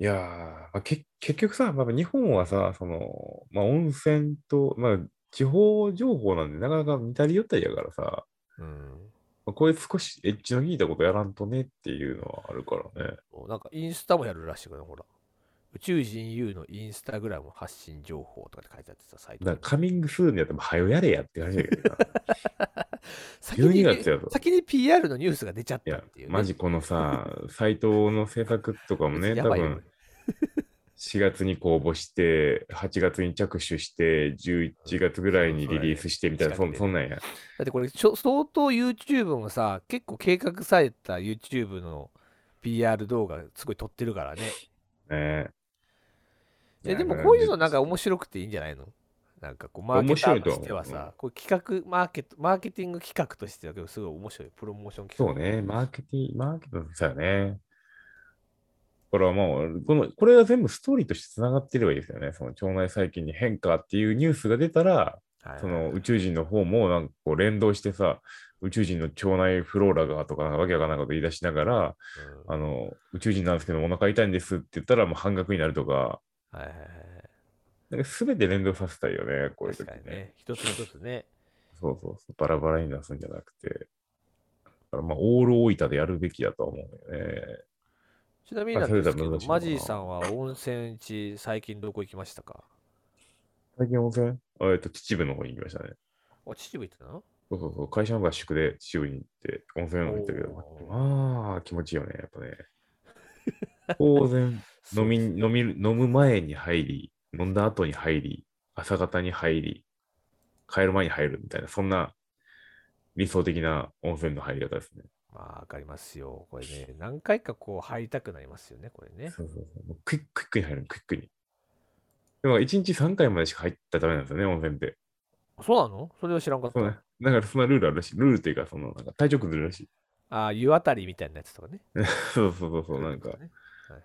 いやー、まあ、け結局さ、まあ、日本はさ、その、まあ温泉と、まあ地方情報なんでなかなか似たり寄ったりやからさ、
うん。
まあ、こういう少しエッジの引いたことやらんとねっていうのはあるからね。
なんかインスタもやるらしいから、ほら。宇宙人 U のインスタグラム発信情報とかって書いてあってさ、サイト
だ
に。
からカミングスーンやったら、早よやれやって感じだけどな。
先に
12月やぞ
先に PR のニュースが出ちゃっ
い
た
や
っていう、、ね。
マジこのさ、 斎藤の制作とかもね、
や
多
ばいよ
分4月に公募して、8月に着手して、11月ぐらいにリリースしてみたいな、
そ
そ
うんそう
そんなんや。
だってこれちょ相当 YouTube もさ結構計画された YouTube の PR 動画すごい撮ってるからね
ね
えでもこういうのなんか面白くていいんじゃないのなんかこうマーケターとしては
面白いとは思
さこう企画マーケットマーケティング企画としてはすごい面白いプロモーション
そう
企画
ね、マーケティング、マーケティングさね。これはもう、この、これが全部ストーリーとしてつながってればいいですよね。その腸内細菌に変化っていうニュースが出たら、
はい
その宇宙人の方もなんかこう連動してさ、宇宙人の腸内フローラがとかなんかわけわからないこと言い出しながら、
うん
あの、宇宙人なんですけどお腹痛いんですって言ったらもう半額になるとか、
はいはいはい
なんか全て連動させたいよね、こういう時
確かに
ね。
ね一つ一つね
そうそうそう、バラバラに出すんじゃなくて。だからまあ、オール大分でやるべきだとは思うよね。
ちなみになんですけ
ま
ど
あそれでは難しいのかな
マジーさんは温泉地最近どこ行きましたか
最近温泉あえっと、秩父の方に行きましたね。
あ秩父行ってたの
そうそうそう、会社の合宿で秩父に行って、温泉も行ったけど
お、
まあ、気持ちいいよね、やっぱね。 当然、飲み、飲み、飲む前に入り、飲んだ後に入り、朝方に入り、帰る前に入るみたいな、そんな理想的な温泉の入り方ですね。
まあ、わかりますよ。これね、何回かこう入りたくなりますよね、これね。
そうそうそう。もうクイックイックに入るの、クイックに。でも1日3回までしか入ったらダメなんですよね、温泉って。
そうなのそれは知らんかった。
そうね。だからそんなルールあるらしい。ルールっていうか、その、なんか体調崩れるらしい。
ああ、湯あたりみたいなやつとかね。
そうそうそうそう、なんか
ね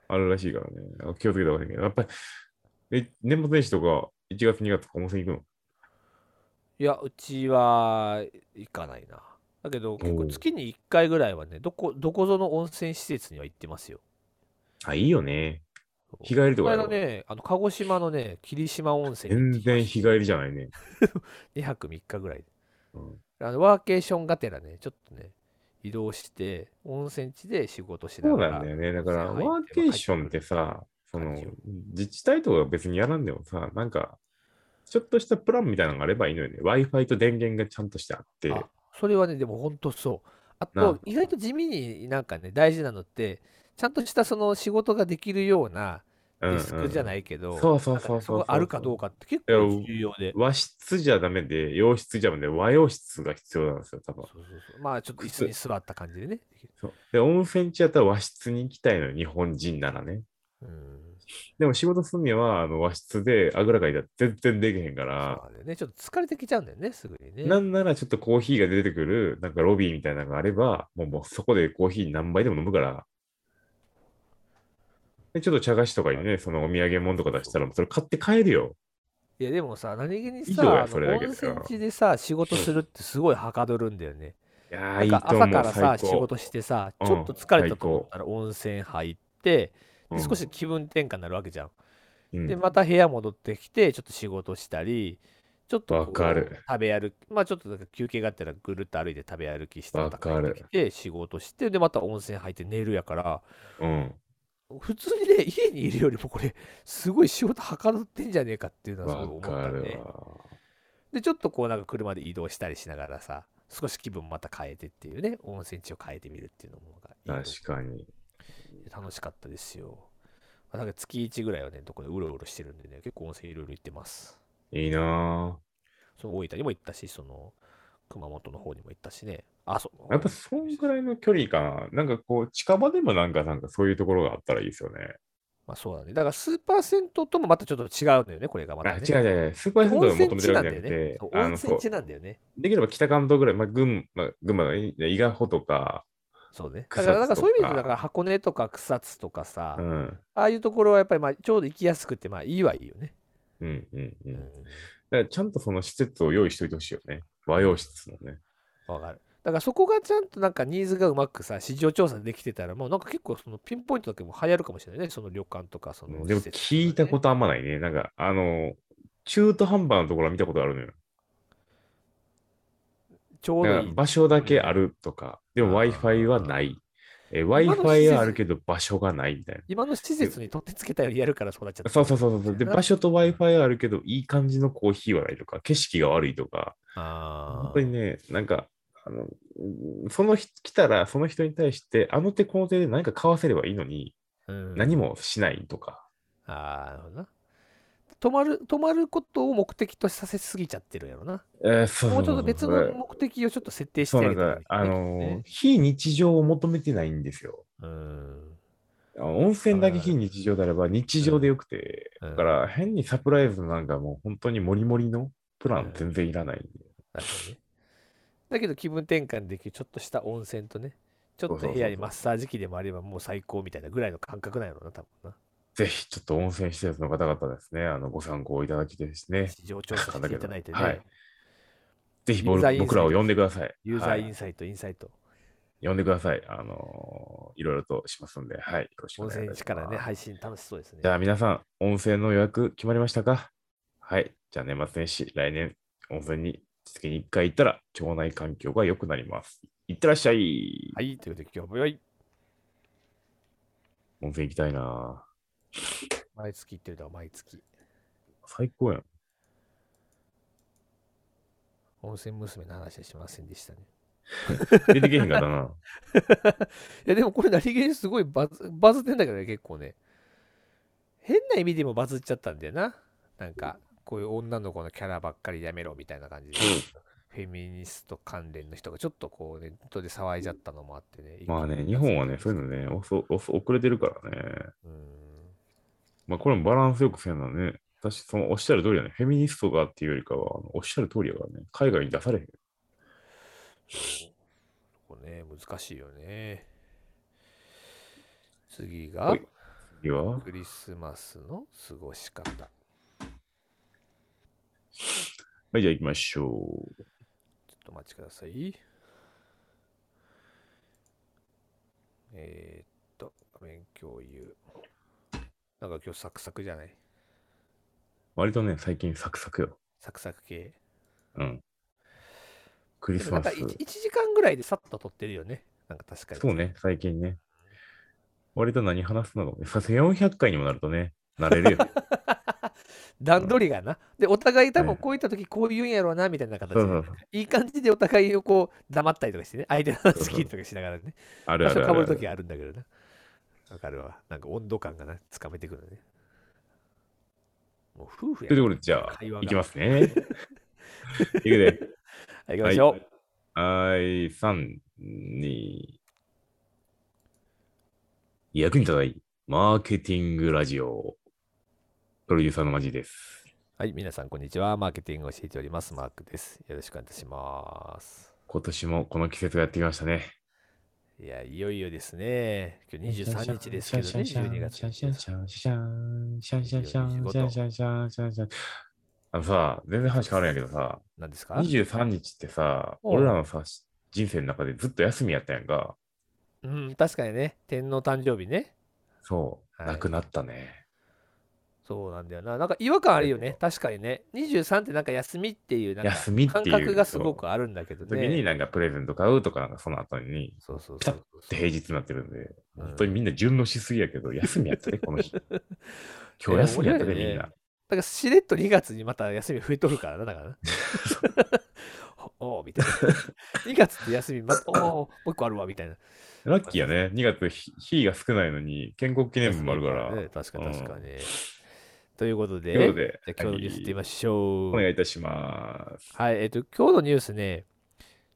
あるらしいからね。気をつけた方がいいけど、やっぱり、え、年末年始とか1月2月とか温泉行く
いや、うちは行かないな。だけど、結
お
構
う
月に1回ぐらいはね、どこ、どこぞの温泉施設には行ってますよ。
のあ、いいよね。日帰りと
こ
か
れ
や
の
ろ。
ね、あの鹿児島のね、霧島温泉
全
に行ってきま
然
し
日帰りじゃないね。
た2泊3日ぐらいで。
うん
あのワーケーションがてらね、ちょっとね、移動して、温泉地で仕事しな
そう
が
な
ら。
んだよね。だから、
温泉入
ワ
っ
ー
て
ケーションってさ、そ
感
の
じよ、
自治体とかは別にやらんでもさ、なんか、ちょっとしたプランみたいなのがあればいいのよね。Wi-Fi と電源がちゃんとしてあって。
あそれはね、でも本当そう。あ
な。
と、意外と地味になんかね、大事なのって、ちゃんとしたその仕事ができるようなデスクじゃないいけど、
そうそうそうそう
なんかねこがあるかどうかって結
いや
構重要で。
和室じゃダメで、洋室じゃダメで、和洋室が必要なんですよ、多
そう
分。
そうそうまあ、ちょっと椅子に座った感じでね。
そうで、温泉地やったら和室に行きたいのよ、日本人ならね。
うん。
でも仕事すんには、あの和室であぐらかいたら全然できへんか
そう
ら、
なんだよね。ちょっと疲れてきちゃうんだよね、すぐにね。
なんならちょっとコーヒーが出てくる、なんかロビーみたいなのがあれば、もうもうそこでコーヒー何杯でも飲むから。で、ちょっと茶菓子とかにね、そのお土産物とか出したら、それ買って帰るよ。
いやでもさ、何気に
以上や
さ、あ
それ
の
だけ
温
で
泉地でさ、仕事するってすごいはかどるんだよね。
いや
な
ー、い
ん
い
か
と思
朝
う、
からさ、
最
仕
高。
事してさ、
うん
ちょっと疲れたと思ったら温泉入って、で少し気分転換になるわけじゃん。
うん、
で、
うん
また部屋戻ってきて、ちょっと仕事したり、ちょっとこう
わかる
食べ歩き、まあちょっとなんか休憩があったらぐるっと歩いて食べ歩きして、
わ
また
かる
帰ってきて、仕事して、で、また温泉入って寝るやから、
うん。
普通にね、 家にいるよりもこれ、すごい仕事はかどってんじゃねえかっていうのはすご
わ
い思った
かる
ね。
わ。
で、ちょっとこうなんか車で移動したりしながらさ、少し気分また変えてっていうね、温泉地を変えてみるっていうのもなんかいいと思う
確かに。
楽しかったですよ。まあなんか月1ぐらいはね、どこでうろうろしてるんでね、結構温泉いろいろ行ってます。
いいな
その大分にも行ったし、その熊本の方にも行ったしね。あ、そう。
ぁ。やっぱそんぐらいの距離かな。なんかこう、近場でもなんか、なんかそういうところがあったらいいですよね。
まあそうだね。だからスーパー銭湯ともまたちょっと違うんだよね、これがま
あ、
た、ね。
違う違う違う。スーパー銭湯
温
が求
泉
め
地
てる
な
わ
ん
け
だ
じゃ
よ
なく
ね
て。、
そう
あ
温
の、そ
泉
う。
地なんだよね。
できれば北関東ぐらい、まあ、群馬、群馬の伊伊賀穂とか、
そうね。だ
草
か
津
らなんかそういう意味
と
で、
か
だから箱根とか草津とかさ、
う
あ
ん、
あいうところはやっぱりまあちょうど行きやすくて、まあいいはいいよね。
うん、うん、う。
うんん
だからちゃんとその施設を用意しておいてほしいよね。和洋室もね。
わかる。だからそこがちゃんとなんかニーズがうまくさ、市場調査できてたら、もうなんか結構そのピンポイントだけも流行るかもしれないね、その旅館とかその
でも
施設とかね
聞いたことあんまないね。なんか、あの、中途半端なところは見たことあるのよ。
ちょうど
ないんか
い。
場所だけあるとか、でも
あー
Wi-Fi はない。え
今の施設
Wi-Fi はあるけど場所がないみたいな。
今の施設に取ってつけたよりやるからそうなっちゃった。
そうそうそうそうそう。で、場所と Wi-Fi はあるけど、いい感じのコーヒーはないとか、景色が悪いとか、
あ
本当にね、なんか、あのうんその人来たら、その人に対して、あの手この手で何か買わせればいいのに、何
も。
もしないとか。
ああ、なるほどな。泊まる、泊まることを目的とさせすぎちゃってるやろな。
えーそう
も
そううそう
ちょっと別の目的をちょっと設定し
そう
て
な
あ
ん
げたら
か
いいね、
あのー、非日常を求めてないんですよ。
うん。
あの温泉だけ非日常であれば、日常でよくて、
うん
だから変にサプライズなんかもう本当にモリモリのプラン全然いらないんで。
なるほどね。だけど気分転換できるちょっとした温泉とね、ちょっと部屋にマッサージ機でもあればもう最高みたいなぐらいの感覚なんやろな、多分な。
ぜひちょっと温泉施設の方々ですね、あのご参考いただきたいですね。
市場調査していただい てね。
はいぜひ
ユーザ
僕
ーインサイト
僕らを呼んでください。
ユーザーイン
はい
サイト、インサイト。
呼んでください。あのーいろいろとしますんで、はい。よろしくお
温
願いい
泉
たし
地
ま
か
す。
らね、配信楽しそうですね。
じゃあ皆さん、温泉の予約決まりましたかはい。じゃあ年末年始、来年、温泉に月に1回行ったら、腸内環境が良くなります。いってらっしゃい。
はい、ということで今日も良い。
温泉行きたいな
毎月行ってるだろ、毎月。
最高やん。
温泉娘の話はしませんでしたね。
出てけへんかった な。
いや、でもこれ何気にすごいバズバズってんだけどね、結構ね。変な意味でもバズっちゃったんだよな。なんか、こういう女の子のキャラばっかりやめろみたいな感じで、フェミニスト関連の人がちょっとこうネットで騒いじゃったのもあってね。
まあね、日本はね、そういうのね、遅遅遅れてるからね。
うん。
まあこれもバランスよくせんのね。私、そのおっしゃる通りだね。フェミニストがっていうよりかは、あのおっしゃる通りやからね。海外に出されへん。
ここね、難しいよね。次
は
が
いいいわ。
クリスマスの過ごし方。
はい、じゃあ行きましょう。
ちょっとお待ちください。えー、っと、画面共有。なんか今日サクサクじゃない
割とね、最近サクサクよ。
サクサク系。
うん。クリ
で
ス
もな
マ
んか
ス。
1, 時間ぐらいでさっと撮ってるよね。なんか確かに。
そうね、最近ね。割と何話すのか。さすが400回にもなるとね、なれ るよ。
段取りがな。で、お互い多分こういった時こう言うんやろうな、みたいな形
そうそ
で
う。そう。
いい感じでお互いをこう黙ったりとかしてね。相手の話聞いたりとかしながらね。
ある
多
あ
少
るあ
か
る
ぶ
あ
る時
る。
はあるんだけどな。わかるわ。なんか温度感がな、つかめてくるね。もう夫婦や
というと
な
ころで、じゃあ、
会話が
行きます ね。行くで。
はい、行きましょう。
はーい、3、2。役に立たない、マーケティングラジオ。プロデューサーのマジです。
はい、皆さん、こんにちは。マーケティングを教えております。マークです。よろしくお願いいたします。
今年もこの季節がやってきましたね。
いや、いよいよですね。今日23日ですけどね、12月23。
あのさ、全然話変わるんやけどさ、
なんですか
23日ってさ、
おう
俺らのさ、人生の中でずっと休みやったやんか。
うん、確かにね、天皇誕生日ね。
そう、
はい
なくなったね。
そうなんだよな。なんか違和感あるよね。確かにね。23ってなんか休みっていうなんか
休みっていう
感覚がすごくあるんだけど
時に
ね。
なんかプレゼント買うとかなんかその後に、
そうそう
ピ
そ
タッ
うそう。
で平日になってるんで、
うん
本当にみんな順応しすぎやけど、休みやったね、この日。今日休みやったね、みんな。
だからしれっと2月にまた休み増えとるからな、だ からな。 おおみたいな。2月って休み、また、おお、もう一個あるわ、みたいな。
ラッキーやね、2月日、日が少ないのに、建国記念日もあるから。
ね確か
うん
確かに。ということ
と
で、
いうことで、
じゃあ今日のニュースいってみま
し
しょ
ょ
う。
お願いいたします。
はい、えっ、と、今日のニュースね、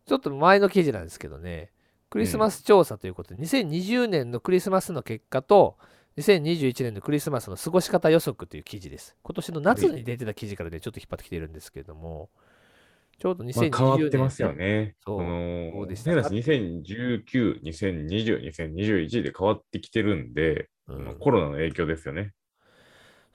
ちょっと前の記事なんですけどね、クリスマス調査ということで、2020年のクリスマスの結果と、2021年のクリスマスの過ごし方予測という記事です。今年の夏に出てた記事からね、ちょっと引っ張ってきてるんですけれども、ちょうど2020
まあ、
年。
変わってますよ。ね。
そう
この
そうでした
変な話2019、2020、2021で変わってきてるんで、
うん
まあコロナの影響ですよね。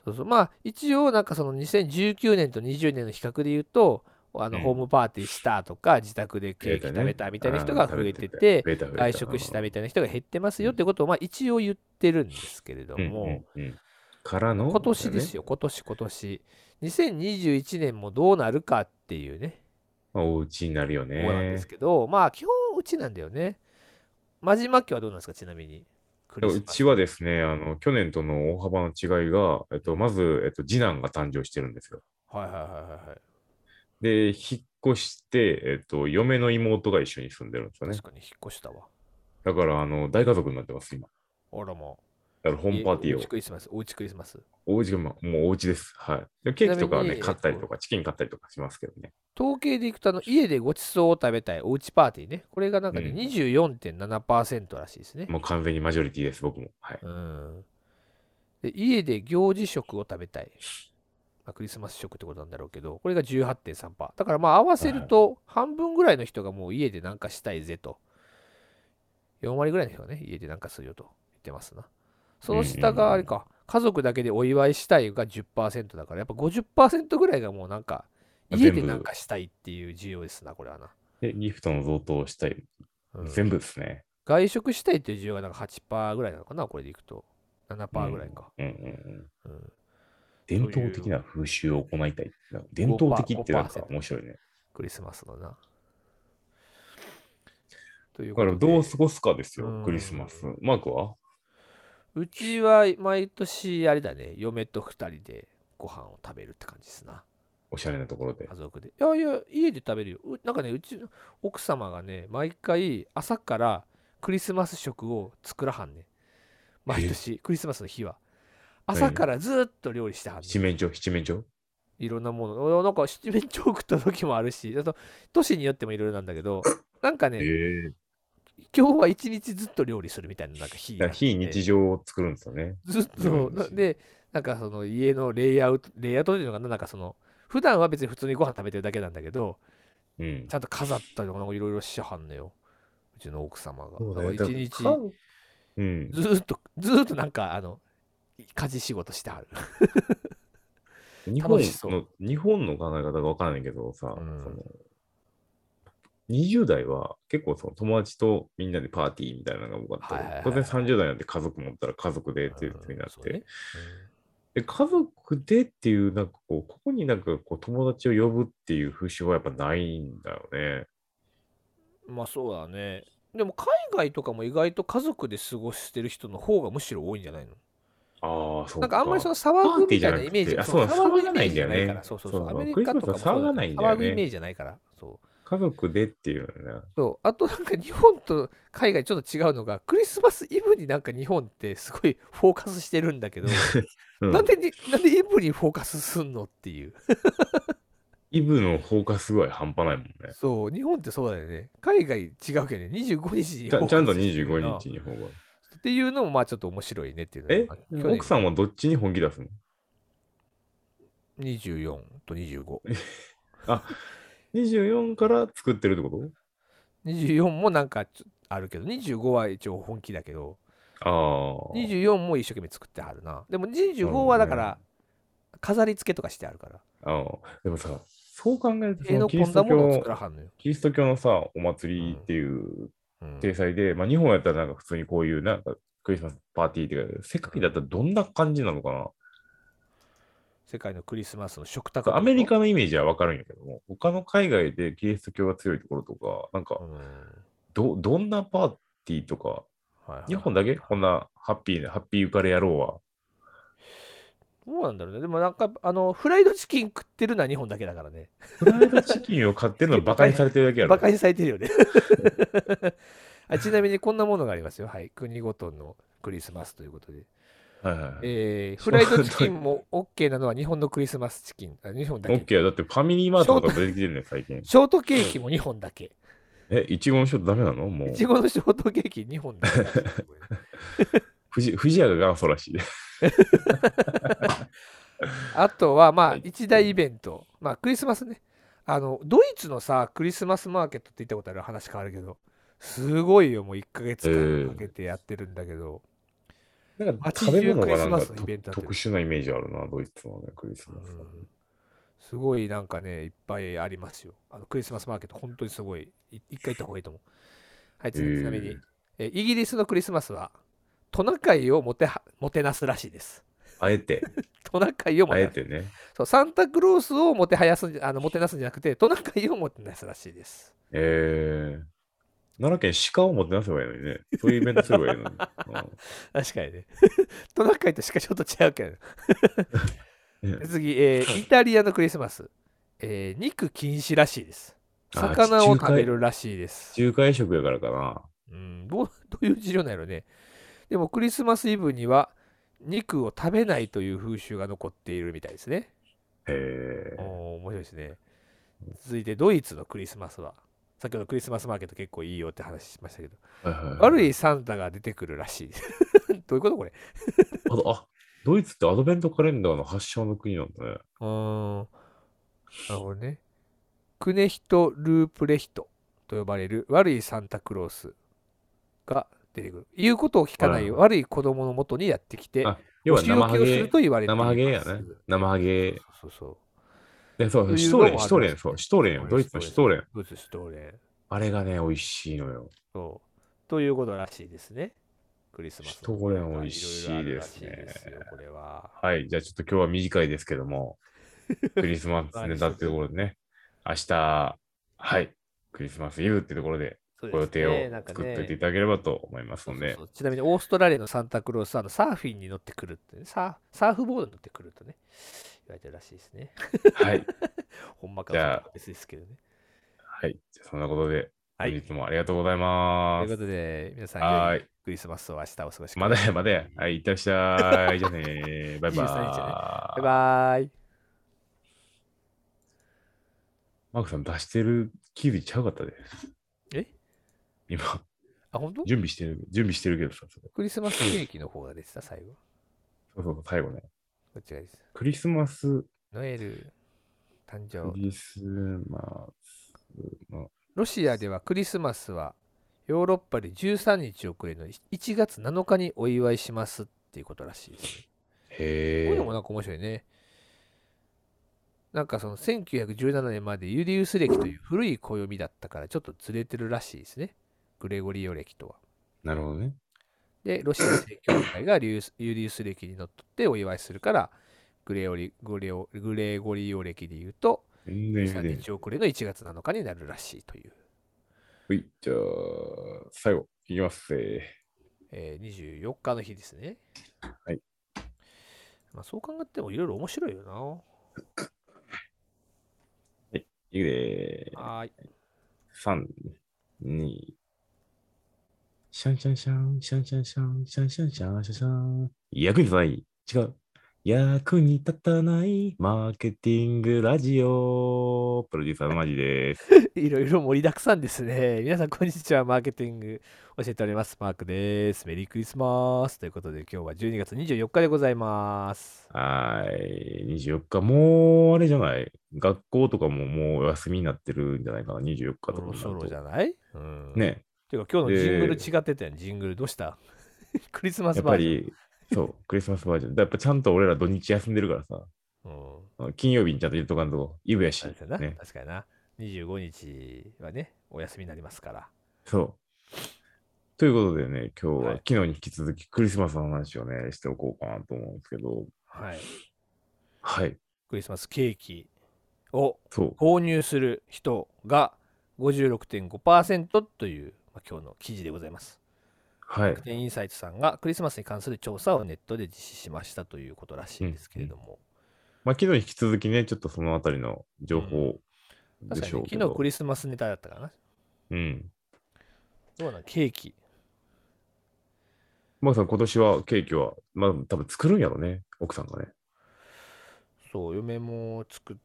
そうそうまあ一応なんかその2019年と20年の比較で言うとあの
うん
ホームパーティーしたとか、自宅でケーキ食べたみたいな人が増えてて、
うん食べた増えた増え
外食したみたいな人が減ってますよってことをまあ一応言ってるんですけれど
うん
も、
うんうんからの
今年です
よ。
よ今年今年2021年もどうなるかっていうね
まあ、お家になるよ
ここなんで
ね
す。けど、まあ基本うちなんだよね真島家はどうなんですかちなみにクリスマス
うちはですね、あの去年との大幅の違いが、えっと、まず、えっと、次男が誕生してるんですよ。
はいはいはいはい
で、引っ越して、えっと、嫁の妹が一緒に住んでるんですよね
確。かに引っ越したわ
だから、あの、大家族になってます、今。
あらも
だから、ホームパーティー
おう
を
ち。クリスマスおうちクリスマス
お家が、まあもうお家です。はい。でケーキとかは
ちなみ
ね、
に
買ったりとか、チキン買ったりとかしますけどね。
統計でいくとあの家でごちそうを食べたいおうちパーティーねこれがなんかね、
うん
24.7%らしいですね、
もう完全にマジョリティです、僕も。はい。
うん、で家で行事食を食べたい、まあ、クリスマス食ってことなんだろうけどこれが18.3%だからまあ合わせると半分ぐらいの人がもう家でなんかしたいぜと4割ぐらいの人がね家でなんかするよと言ってますなその下があれか家族だけでお祝いしたいが10%だからやっぱ50%ぐらいがもうなんか
まあ
家
全部
でなんかしたいっていう需要ですなこれはな、
で、ギフトの贈答をしたい。
うん
全部ですね。
外食したいっていう需要がなんか8%ぐらいなのかなこれでいくと7%ぐらいか、
うんうんうん。
うん
伝統的な風習を行いたい。伝統的ってなんか面白いね。
クリスマスのな。という
だから
ことで
どう過ごすかです
う
よ
ん、
クリスマス。マークは
うちは毎年あれだね、嫁と二人でご飯を食べるって感じですな、
おしゃれなところで
家。族で。いやいや、家で食べるよ。うなんかね、うちの奥様がね、毎回朝からクリスマス食を作らはんねん。毎年、クリスマスの日は。朝からずっと料理してはんねん。
七面鳥、七面鳥。
いろんなもの。おなんか七面鳥食った時もあるし、あと都市によってもいろいろなんだ けど、なんかね、
え
今日は一日ずっと料理するみたいななんか日
え
があって
非日常を作るんですよね。
ずっ
料
と
理の
な
日
でなんかその家のレイアウト、レイアウトっていうのかな、なんかその、普段は別に普通にご飯食べてるだけなんだけど、
うん
ち。ゃんと飾ったりとか、いろいろしはんのよ。うちの奥様が。
そうだ
だ
よ
から一
だ
日、
かうん。
ずーっと、ずーっとなんか、あの、家事仕事してはる。
日本
楽しそう
の、日本の考え方がわからないけどさ、
うん
その20代は結構その友達とみんなでパーティーみたいなのが多かったり、
はいはいはい
当然30代になって家族持ったら家族でっていう風になって、
うんそうね
で家族でっていうなんかこうここになんかこう友達を呼ぶっていう風習はやっぱないんだよね。
うんまあそうだね。でも海外とかも意外と家族で過ごしてる人の方がむしろ多いんじゃないの
ああ、そう
なんかあんまりその
パ
騒
ー
ぐ
ティー
み
じ
た
ゃな
いな
く
イメー
て、
ジ
あそう
騒ぐ
騒がないんだよ
イメージじゃな
ね
いから。そうそ
そ
うそう
そ
う。ア
う
メリカとか
ク
もそうだ
リスマスは騒がないんだよね
騒ぐイメージじゃないから。そう。
家族でっていうのはね。
そうあとなんか日本と海外ちょっと違うのがクリスマスイブになんか日本ってすごいフォーカスしてるんだけど、
う
なんでになんでイブにフォーカスすんのっていう
イブの包括具合半端ないもんね。
そう日本ってそうだよね海外違うけどね25日に
ちゃ
フォーカス
ちゃんと
してるな
25日に包括。
っていうのもまあちょっと面白いねっていう
え
のが去年
奥さんはどっちに本気出すの
24と25
?24 から作ってるってこと
24もなんかちょあるけど25は一応本気だけど
ああ。
24も一生懸命作ってはるなでも25はだから飾り付けとかしてあるから
ああでもさ、そう考えるとそ
絵の
のキリ
込
ス
んだ
ト
ものを作
教
ら、はんのよ、
キリスト教のさ、お祭りっていう
うん
体裁で、まあ日本やったらなんか普通にこういうなんかクリスマスパーティーっていうか、世界だったらどんな感じなのかな
世界のクリスマスの食
なんか
卓
アメリカのイメージはわかるんやけども、他の海外でキリスト教が強いところとか、なんか
うん
どどんなパーティーとか、
はいはい
日本だけこんなハッピーな、ハッピー浮かれ野郎は。
どうなんだろうねでもなんかあのフライドチキン食ってるのは日本だけだからね
フライドチキンを買ってるのバカにされてるだけやろ
バ。カにされてるよね あちなみにこんなものがありますよはい国ごとのクリスマスということで、
はいはいはい。
えーフライドチキンも OK なのは日本のクリスマスチキンあ日本だ
オ
け
ッケーだってファミリーマートとか出てきてるね、最 近。
ショートケーキも2本だけ。
え、いちごのショットダメなのもう
い。ちごのショートケーキ2本 だけ。
藤藤屋が元祖らしい。
あとは、まあ、一大イベント。まあ、クリスマスね。あの、ドイツのさ、クリスマスマーケットって言ったことある話変わるけど、すごいよ、もう1ヶ月間かけてやってるんだけど、
なんか
街
食べ
中
物
クリ
がな
ス
んか
マス
と
のイベントだったよ
特殊なイメージあるな、ドイツのね、クリスマス。
うんすごいなんかね、いっぱいありますよ。あのクリスマスマーケット、本当にすごい。い一回行った方がいいと思う。はい、次
へー
ちなみに、えイギリスのクリスマスは、トナカイをもてはもてなすらしいです。
あえて、
トナカイをも
あ
て
え
なす。
てね。
そうサンタクロースをもてはやすんじゃあのもてなすんじゃなくてトナカイをもてなすらしいです。
えー。奈良県鹿を持ってなせばいいのにね。そういうイベントすれば いいのに。
確かにね。 トナカイとしかちょっと違うけど。
うんね
次、えーイタリアのクリスマス、えー肉禁止らしいです。
あー
魚を食べるらしいです。
中華食やからかな。
うん、どう どういう事情なんやろね。でもクリスマスイブには肉を食べないという風習が残っているみたいですね。
へえ。
おー面白いですね。続いてドイツのクリスマスは、先ほどクリスマスマーケット結構いいよって話しましたけど、悪
い。
いサンタが出てくるらしい。 どういうことこれ
あと、あ、ドイツってアドベントカレンダーの発祥の国なんだね。
うーん。なるほどね。クネヒト・ループレヒトと呼ばれる悪いサンタクロースが出てくる。言うことを聞かない
あら
悪い子供のもとにやってきて、
あ要
お
は
仕
生
置
ハ
きをする
ゲ
と、言われています
生ハゲやね。生ハゲ。
そうそう
でそうそ
と
う、
いう
シュ
の
ト
も
ーレン、シュトーレン、
あ
そ
るん
う、
ですね
シュトーレンよ、ドイツのシュトーレン。
そう。ドイツシュトーレン。
あれがね、美味しいのよ。
そう。ということらしいですね。クリスマス。
シュトーレン美味しいですね
いろいろあるらしいですよこれは。
はい、じゃあちょっと今日は短いですけど も、クリスマスネタってところでね、明日、はい、クリスマスイブってところで
そう
ご予
ですね
定を
なんか
作っておいてい
ね
ただければと思いますので
そう、そうちなみにオーストラリアのサンタクロースはあのサーフィンに乗ってくるってね、サーサーフボードに乗ってくるとね、言われてるらしいですね。
はい、
ほんまか
じ
どう
ゃあ
かは別ですけどね。
はい、じゃあそんなことで、
は
本
い。
日もありがとうござい
とい
ま
う
す。
ことで、皆さん、
は
良
ー
い
い、
クリスマスを明日お過ごしく
ま
だ
だ
さい。
やまだや、はい、いってらっしゃい、じゃあ ね、バイバ
23日ね
ー
バイ
イ。
バーイ。
マークさん出してる気づいちゃうかったで、
え
今、
あ、本当
準備してる、準備してるけどさ、それ
クリスマスケーキの方が出てた、最後。
そうそう、最後ね。
こちらです。
クリスマス、
ノエル誕
ク
生。
リスマスの、
ロシアではクリスマスはヨーロッパで13日遅れの1月7日にお祝いしますっていうことらしいですね。こうい
へ
うのもなんか面白いね。なんかその1917年までユリウス暦という古い暦だったからちょっとずれてるらしいですね。グレゴリオ暦とは。
ー、なるほどね。
で、ロシア正教会がリュースユリウス暦にのっとってお祝いするから、グレオリグレオグレゴリオ暦で言うと、
全然
3
全然
日遅れの1月7日になるらしいという、
ほい、じゃあ、最後、いきますせー。
えー24日の日ですね。
はい。
まあ、そう考えてもいろいろ面白いよ
いくで
な。はーい。
3、2、シャンシャンシャン、シャンシャンシャン、シャンシャンシャン、シャンシャン。役に立たない。違う。役に立たないマーケティングラジオ。プロデューサーマジです。
いろいろ盛りだくさんですね。皆さん、こんにちは。マーケティング教えております。マークです。メリークリスマス。ということで、今日は12月24日でございます。
はーい。24日、もうあれじゃない。学校とかももうお休みになってるんじゃないかな。24日
そ
とかに
ろ
なると。
そろじゃない、うん、
ね。
ていうか今日のジングル
で
違ってたやん、ジングルどうした クリスマ
や
ス
っぱ
バージョン。
り、そう、クリスマスバージョン。だやっぱちゃんと俺ら土日休んでるからさ。
うん、
金曜日にちゃんと言っとかんと。イブやし
そうですよ。な、
ね。
確かにな。25日はね、お休みになりますから。
そう。ということでね、今日は
はい
昨日に引き続きクリスマスの話をね、しておこうかなと思うんですけど、
はい。
はい、
クリスマスケーキを
そう、
購入する人が56.5%という、まあ、今日の記事でございます。
はい
楽、天インサイトさんがクリスマスに関する調査をネットで実施しましたということらしいんですけれども、
まあ、昨日に引き続きね、ちょっとそのあたりの情報で
確
し
か
ょう
にね、
けど、
昨日クリスマスネタだったかな。
うん。
どうなんケーキ。
まあさん、今年はケーキは、まあ多分作るんやろね、奥さんがね。
そう、嫁も作っ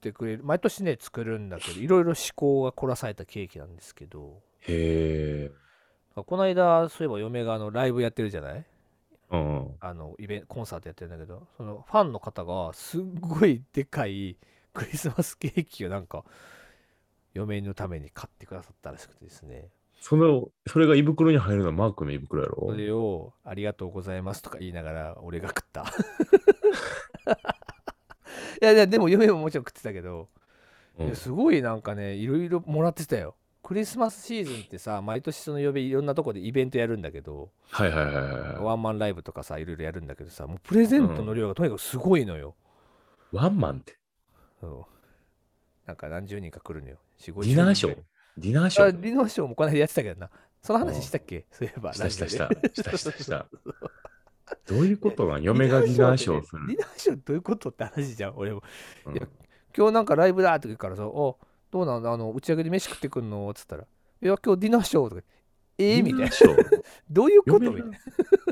てくれる。毎年ね、作るんだけど、いろいろ趣向が凝らされたケーキなんですけど、
へえ。
あこの間、そういえば嫁があのライブやってるじゃない
うん。
あのイベンコンサートやってるんだけど、そのファンの方がすっごいでかいクリスマスケーキをなんか、嫁のために買ってくださったらしくてですね、
その、それが胃袋に入るのはマークの胃袋やろ
それをありがとうございますとか言いながら俺が食 った。いやいや、でも嫁ももちろん食ってたけど、
う
い
ん
やすごいなんかねいろいろもらってたよクリスマスシーズンってさ毎年その呼びいろんなとこでイベントやるんだけど、
はいはいはいはい。
ワンマンライブとかさいろいろやるんだけどさもうプレゼントの量がとにかくすごいのよ、
ワンマンって。
うんなんか何十人か来るのよ4 5
ディナーショーディナーショ
あ
ー
ディナーショーもこの間やってたけどなその話したっけ、そういえば
したしたし
ラ
た
ジオで。
したしたした。どういうことなん嫁がディナーショーす
ディ
る。
ナーショーどういうことって話じゃん俺も
う
いや
ん
今日なんかライブだって言うからさ「おどうなんだあの打ち上げで飯食ってくんの?」っつったら「いや今日ディナーショー」とか「ええみたいな
ディナーショー
どういうことみた
嫁
いな
が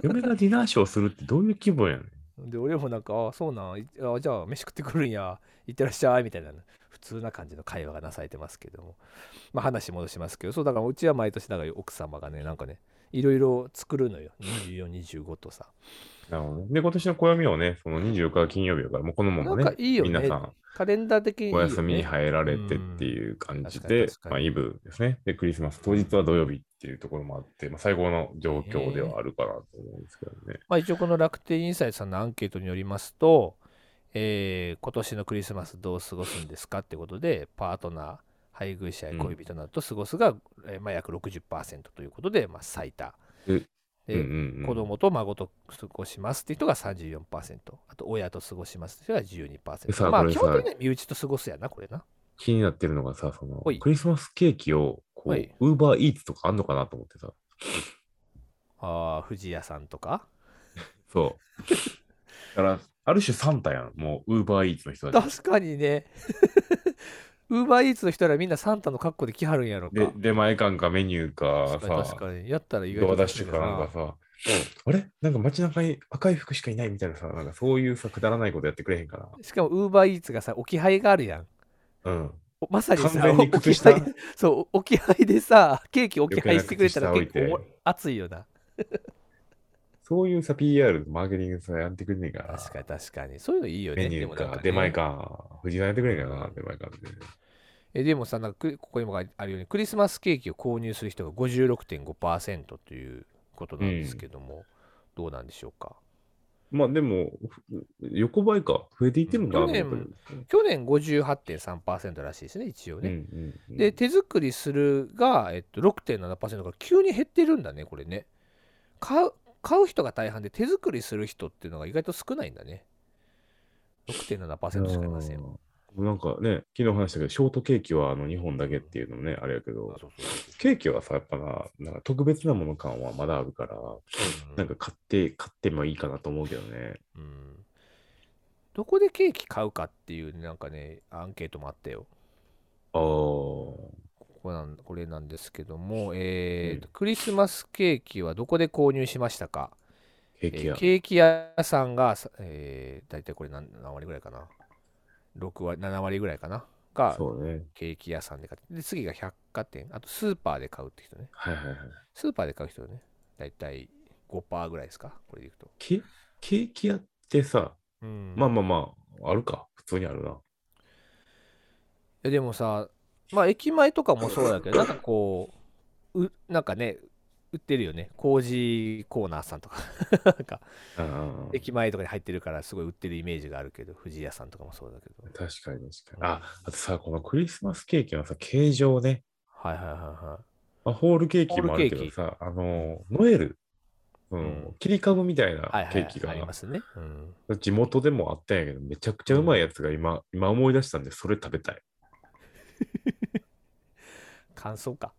嫁がディナーショーするってどういう気分やねん。
で俺もなんか「あそうなんいあじゃあ飯食ってくるんや行ってらっしゃい」みたいな普通な感じの会話がなされてますけどもまあ話戻しますけどそうだからうちは毎年だから奥様がねなんかねいろいろ作るのよ2425とさ
なるほどねで、今年の暦をね、その24日金曜日だから、もうこのまま
なん
ね
か、いいよね
皆さん
カレンダー的にいいよ、
お
ね、
休みに入られてっていう感じ
う
で、
ん確かに確かに
まあ、イブですね。で、クリスマス当日は土曜日っていうところもあって、まあ、最高の状況ではあるかなと思うんですけどね。
まあ、一応この楽天インサイトさんのアンケートによりますと、えー今年のクリスマスどう過ごすんですかってことでパートナー配偶者や恋人などと過ごすが、えーまあ、約60%ということで、まあ、最多
え
で、
うんうんうん
子供と孫と過ごしますっていう人が34%あと親と過ごしますっていう人が12%
さあ
まあ
これ
基
さ
本的には身内と過ごすやなこれな
気になってるのがさ、その
ほい
クリスマスケーキを、こう、
は
ウ
い
ーバーイーツとかあんのかなと思ってさ。
あー藤屋さんとか
そう。だから、ある種サンタやん。もう、ウーバーイーツの人たち。
確かにね ウーバーイーツの人らみんなサンタの格好で来はるんやろか
で、出前感かメニューか
確かに
さ
確、かにやったら意外
ドアダッシ
作
ュ
れ
か
る
なんかさ、あれなんか街中に赤い服しかいないみたいなさ、なんかそういうさ、くだらないことやってくれへんか
しかもウーバーイーツがさ置き配があるやん
な。うん。
おまさに
完
さ
全に
置き
靴下
配そう置き配でさケーキ置き
余計
配
な
してくれたら
靴下置い
結
て
構おも熱いよな
そういうさ、PR、マーケティングさ、やってくれねえかな。
確かに確かに。そういうのいいよね。
メニュー
でもなん
か、
ね
出前か。藤井さんやってくれねえかな、出前かって。
えでもさなんかクリここにもあるようにクリスマスケーキを購入する人が56.5%ということなんですけども、どうなんでしょうか
まあでも、ふ横ばいか。増えていってるんだ、
去年
やっぱり
去年58.3%らしいですね一応
うん
ね、
うんうん
で手作りするが、えっと、6.7%から急に減ってるんだねこれね買う買う人が大半で手作りする人っていうのが意外と少ないんだね6.7%しかいません
あーなんかね、昨日話したけど、ショートケーキはあの2本だけっていうのもね、あれやけど
あ、そうそうそう
ケーキはさ、やっぱな、なんか特別なもの感はまだあるから、
うん
なんか買って、買ってもいいかなと思うけどね。
うんどこでケーキ買うかっていうなんかねアンケートもあったよ
ああ、
ここなんこれなんですけども、えー
うん
とクリスマスケーキはどこで購入しましたか
ケー
え
キ
ー
や。
ケーキ屋さんが、さえー、大体これ何何割ぐらいかな6割7割ぐらいかなが
そうね。
ケーキ屋さんで買ってで次が百貨店あとスーパーで買うって人ね
はいはいはい。
スーパーで買う人ね大体5%ぐらいですかこれでいくと、
ケケーキ屋ってさ、
うん
まあまあまあ、あるか。普通にあるな。
いやでもさまあ駅前とかもそう だけどなんかこううなんかね売ってるよね工事コーナーさんとか なんか
ああ
駅前とかに入ってるからすごい売ってるイメージがあるけど藤屋さんとかもそうだけど
確かに確かに。あ、あとさ、このクリスマスケーキのさ、形状ね。
はいはいはいはい
まあ、ホールケーキもあるけ
ホー
ど
ルケ
さ、あの、ノエル、う
うん
ん、切り株みたいな
はいはい
ケーキが
ありますね、うん、
地元でもあったんやけど、めちゃくちゃうまいやつが今、今思い出したんで、それ食べたい。
感 想か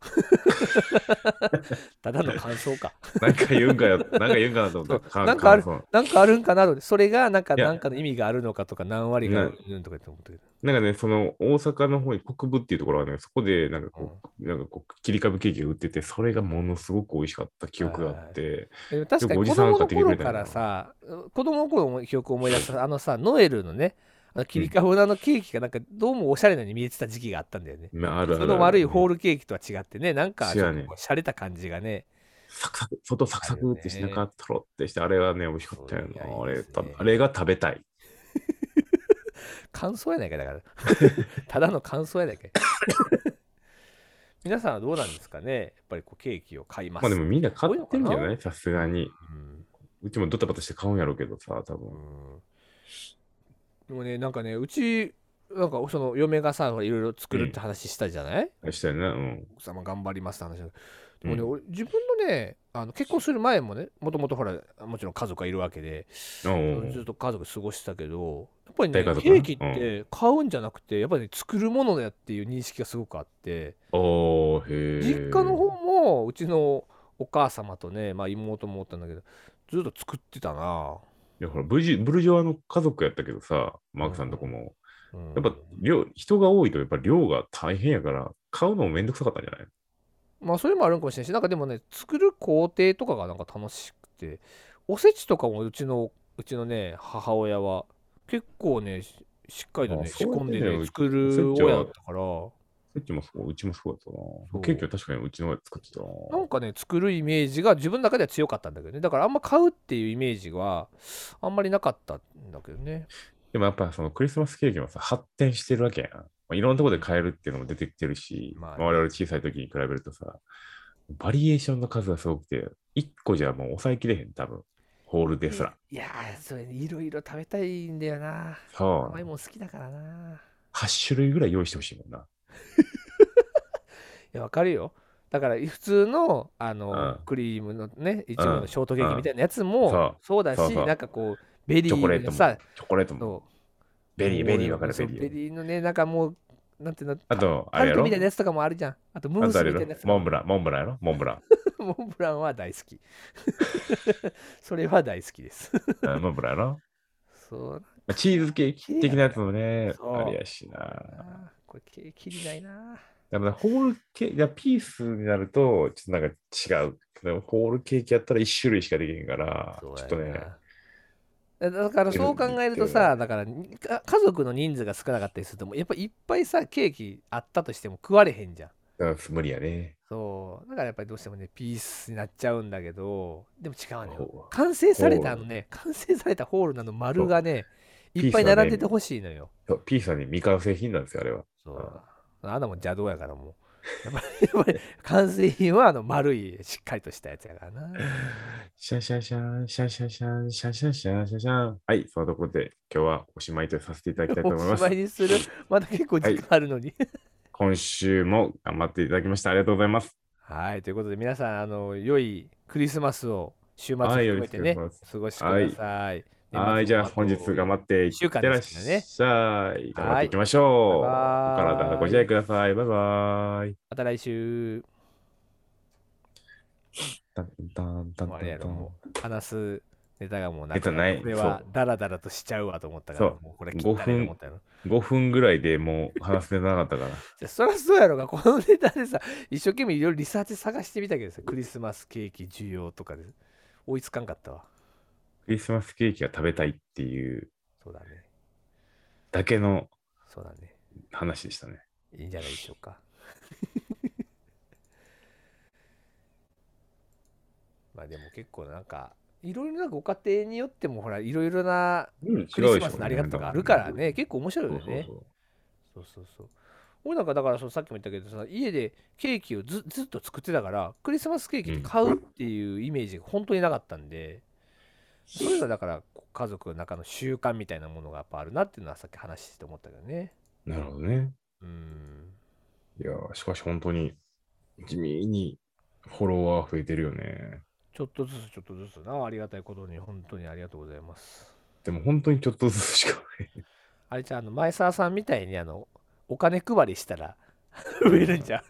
ただの感想か
なんか言うん かよ、なんか言うんかなと思った。
そうなんかある
感想
なんかあるんかなと思ってそれがなんか
いや
なんかの意味があるのかとか何割
な
がうんとかって思ったけど
なんかね、その大阪の方に国分っていうところはね、そこでなんかこう、なんかこう、切り株ケーキが売ってて、それがものすごく美味しかった記憶があって、
でも確かに
お
子
じさんが買
供の
ってきてく
頃
れた
か
よな
らさ子供の頃の記憶を思い出したあのさノエルのねあの切り株のあのケーキがなんかどうもおしゃれなのに見えてた時期があったんだよね、
まあ、あるある
そ
ある。
の悪いホールケーキとは違ってねなんか
違
ちょ
う
っと
ね
こう洒落た感じがね
サクサク、外サクサクってし
ある
な
よね
かったとろってして、あれはね、美味しかったよ
そうい
な。
や
あ
いい
れ
ですね
たあれが食べたい。
感想やないかだから ただの感想やないか 皆さんはどうなんですかねやっぱりこうケーキを買います
まあでもみんな買ってるんじゃ
こういう
ないさすがに。
うん
うちもドタバタして買うんやろうけどさ、多分。
うんでもねなんかねうちなんかその嫁がさほらいろいろ作るって話したじゃない、
したよね。うん。
奥様頑張りますって話だけどで
う
も
ん
ね、俺自分のねあの結婚する前もねもともとほらもちろん家族がいるわけで、
うんうん
ずっと家族過ごしてたけどやっぱり
大
ねケ
家族ね
ーキって買うんじゃなくて、やっぱり、ね、作るものだっていう認識がすごくあって
おー、へえ。
実家の方もうちのお母様とね、まあ、妹もおったんだけどずっと作ってたな、
いやほらブジブルジョワの家族やったけどさ、マークさんとこも。
うん
やっぱ量、人が多いとやっぱ量が大変やから、買うのもめんどくさかったんじゃない
まあそれもあるんかもしれないしなんかでもね作る工程とかがなんか楽しくておせちとかもうちのうちのね母親は結構ねししっかりとね
あ
仕
そうや
込
っ
ん
て
で
んだよ
ね
うち
作る
おせちは
親だったから
うちもそう、うちもそうだった
そ
な。
う
ケーキは確かにうちの方が作ってたな。
なんかね作るイメージが自分の中では強かったんだけどねだからあんま買うっていうイメージはあんまりなかったんだけどね
でもやっぱそのクリスマスケーキもさ、発展してるわけやん。まあ、いろんなところで買えるっていうのも出てきてるし、
まあね
まあ我々小さい時に比べるとさ、バリエーションの数がすごくて、1個じゃもう抑えきれへん、多分。ホールですら。
いやーそれいろいろ食べたいんだよな
そ。
甘いうもん好きだからな
8種類ぐらい用意してほしいもんな。
いや、わかるよ。だから、普通の、あの、
うん
クリームのね、いちごのショートケーキ
うん
みたいなやつ
そ
も
う、
そうだし、
そうそう
なんかこう、ベリ
チョコレート
ー
も、
の
チ
さ、
ョコレートも、
そう
ベリー、ベリー
も
わ
う
かる、ベ
そう
リ
ベ
ー。
リーのね、なんかもう、なんていうの、
あと、あれ
タル
や
ト
ろ
みたいなやつとかもあるじゃん。あと、ム
あ
ー
と
ス
あれ
み
や
たい
ろ
なやつ
モ
も。
ンブラン、モンブランやろモンブラン。
モンブランは大好き。 それは大好きです。
うんモンブランやろ、
そう
まあチーズケーキ的なやつもね、
そう
あれやし
だ
な。
な。これ、ケーキりないな。
でもね、ホールケーキ、ピースになると、ちょっとなんか違う。でもホールケーキやったら1種類しかできへんから、ち
そ
ょ
う
っ
や
と
な
ね、
だだからそう考えるとさ、だからにか家族の人数が少なかったりすると、もうやっぱいっぱいさ、ケーキあったとしても食われへんじゃん。
うん無理やね。
そうだからやっぱりどうしてもねピースになっちゃうんだけどでも違うね
ほう
完成され
ホー
た
ル
あのね完成されたホールなの丸がね
そう
いっぱい
ピースはね
並んでてほしいのよ
そうピーさんに未完成品なんですよ、あれは。
そうあんなもん邪道やからもうやっぱりやっぱり完成品はあの丸いしっかりとしたやつやからな
シャンシャンシャン、シャンシャンシャン、シャンシャンシャン、シャンシャン。はい、そのところで今日はおしまいとさせていただきたいと思い
お
ま
し
す
まい。にするまだ結構時間あるのに
今週も頑張っていただきました。ありがとうございます。
はい、ということで皆さん、あの、良いクリスマスを週末
はい
含めてね、
良いクリスマス
過ごしてください。
はい、じゃあ本日頑張
っ
っていっ
一週間
てら
で
っ
す
し
か
ゃ
ら
い。
ね
頑張っていきましょう。お
はいバイバイ
体ご自愛ください。バイバイ。
また来週、
タンタンタン
もうあれやろ、
タン
もう話すネタがもうなく
ネタない
これはダラダラとしちゃうわと思ったか
そ
ら、
う
もうこれ切ったねと思ったよ。
5分ぐらいでもう話せなかった から。
じゃあそりゃそうやろが、このネタでさ、一生懸命いろいろリサーチ探してみたけどさ、クリスマスケーキ需要とかで追いつかんかったわ。
クリスマスケーキが食べたいっていう
そうだね。
だけの
そうだね。
話でしたね。
いいんじゃないでしょうか。 まあでも結構なんかいろいろなご家庭によってもほらいろいろな
うん、違うでし
クリスマスのあり方とかあるからね結構面白いよ
そう
ね。
そうそう
そうそうそう。俺なんかだからそのさっきも言ったけどさ家でケーキをずずっと作ってたからクリスマスケーキって買うっていうイメージが本当になかったんで、それがだからこう家族の中の習慣みたいなものがやっぱあるなっていうのはさっき話して思ったけどね。
なるほどね。
うん
いやー、しかし本当に地味にフォロワー増えてるよね。
ちょっとずつちょっとずつなありがたいことに本当にありがとうございます。
でも本当にちょっとずつしか増えない
あれじゃああの前澤さんみたいにあのお金配りしたら 増えるんじゃ ん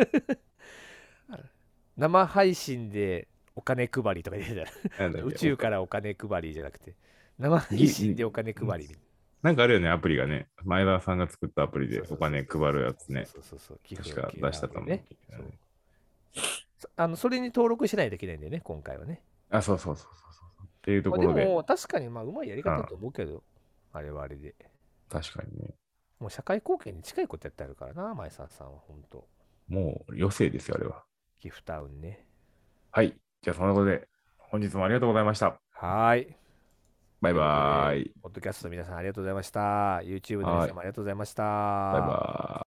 生配信でお金配りとか言うじゃん
なんだっけ
宇宙からお金配りじゃなくて生配信でお金配りみたい
なんかあるよね、アプリがね。前田さんが作ったアプリ
な
でお金配るやつね。
そうそうそう寄付
確か出したと思う。
ねそあのそれに登録しないといけないんだよね今回はね
あ、そうそうそうそうそう。っていうと
まあ
こ
で
ろで、
も確かにまあうまいやり方だと思うけどあれはあれで
確かにね、
もう社会貢献に近いことやってあるからな前澤さんは本当
もう余生ですよ、あれは。
ギフタウンね
はい。じゃあ、そんなことで、本日もありがとうございました。
はーい
バイバーイ。
ポッドキャストの皆さんありがとうございました。YouTube の皆さんもありがとうございました。バ
バイバーイ。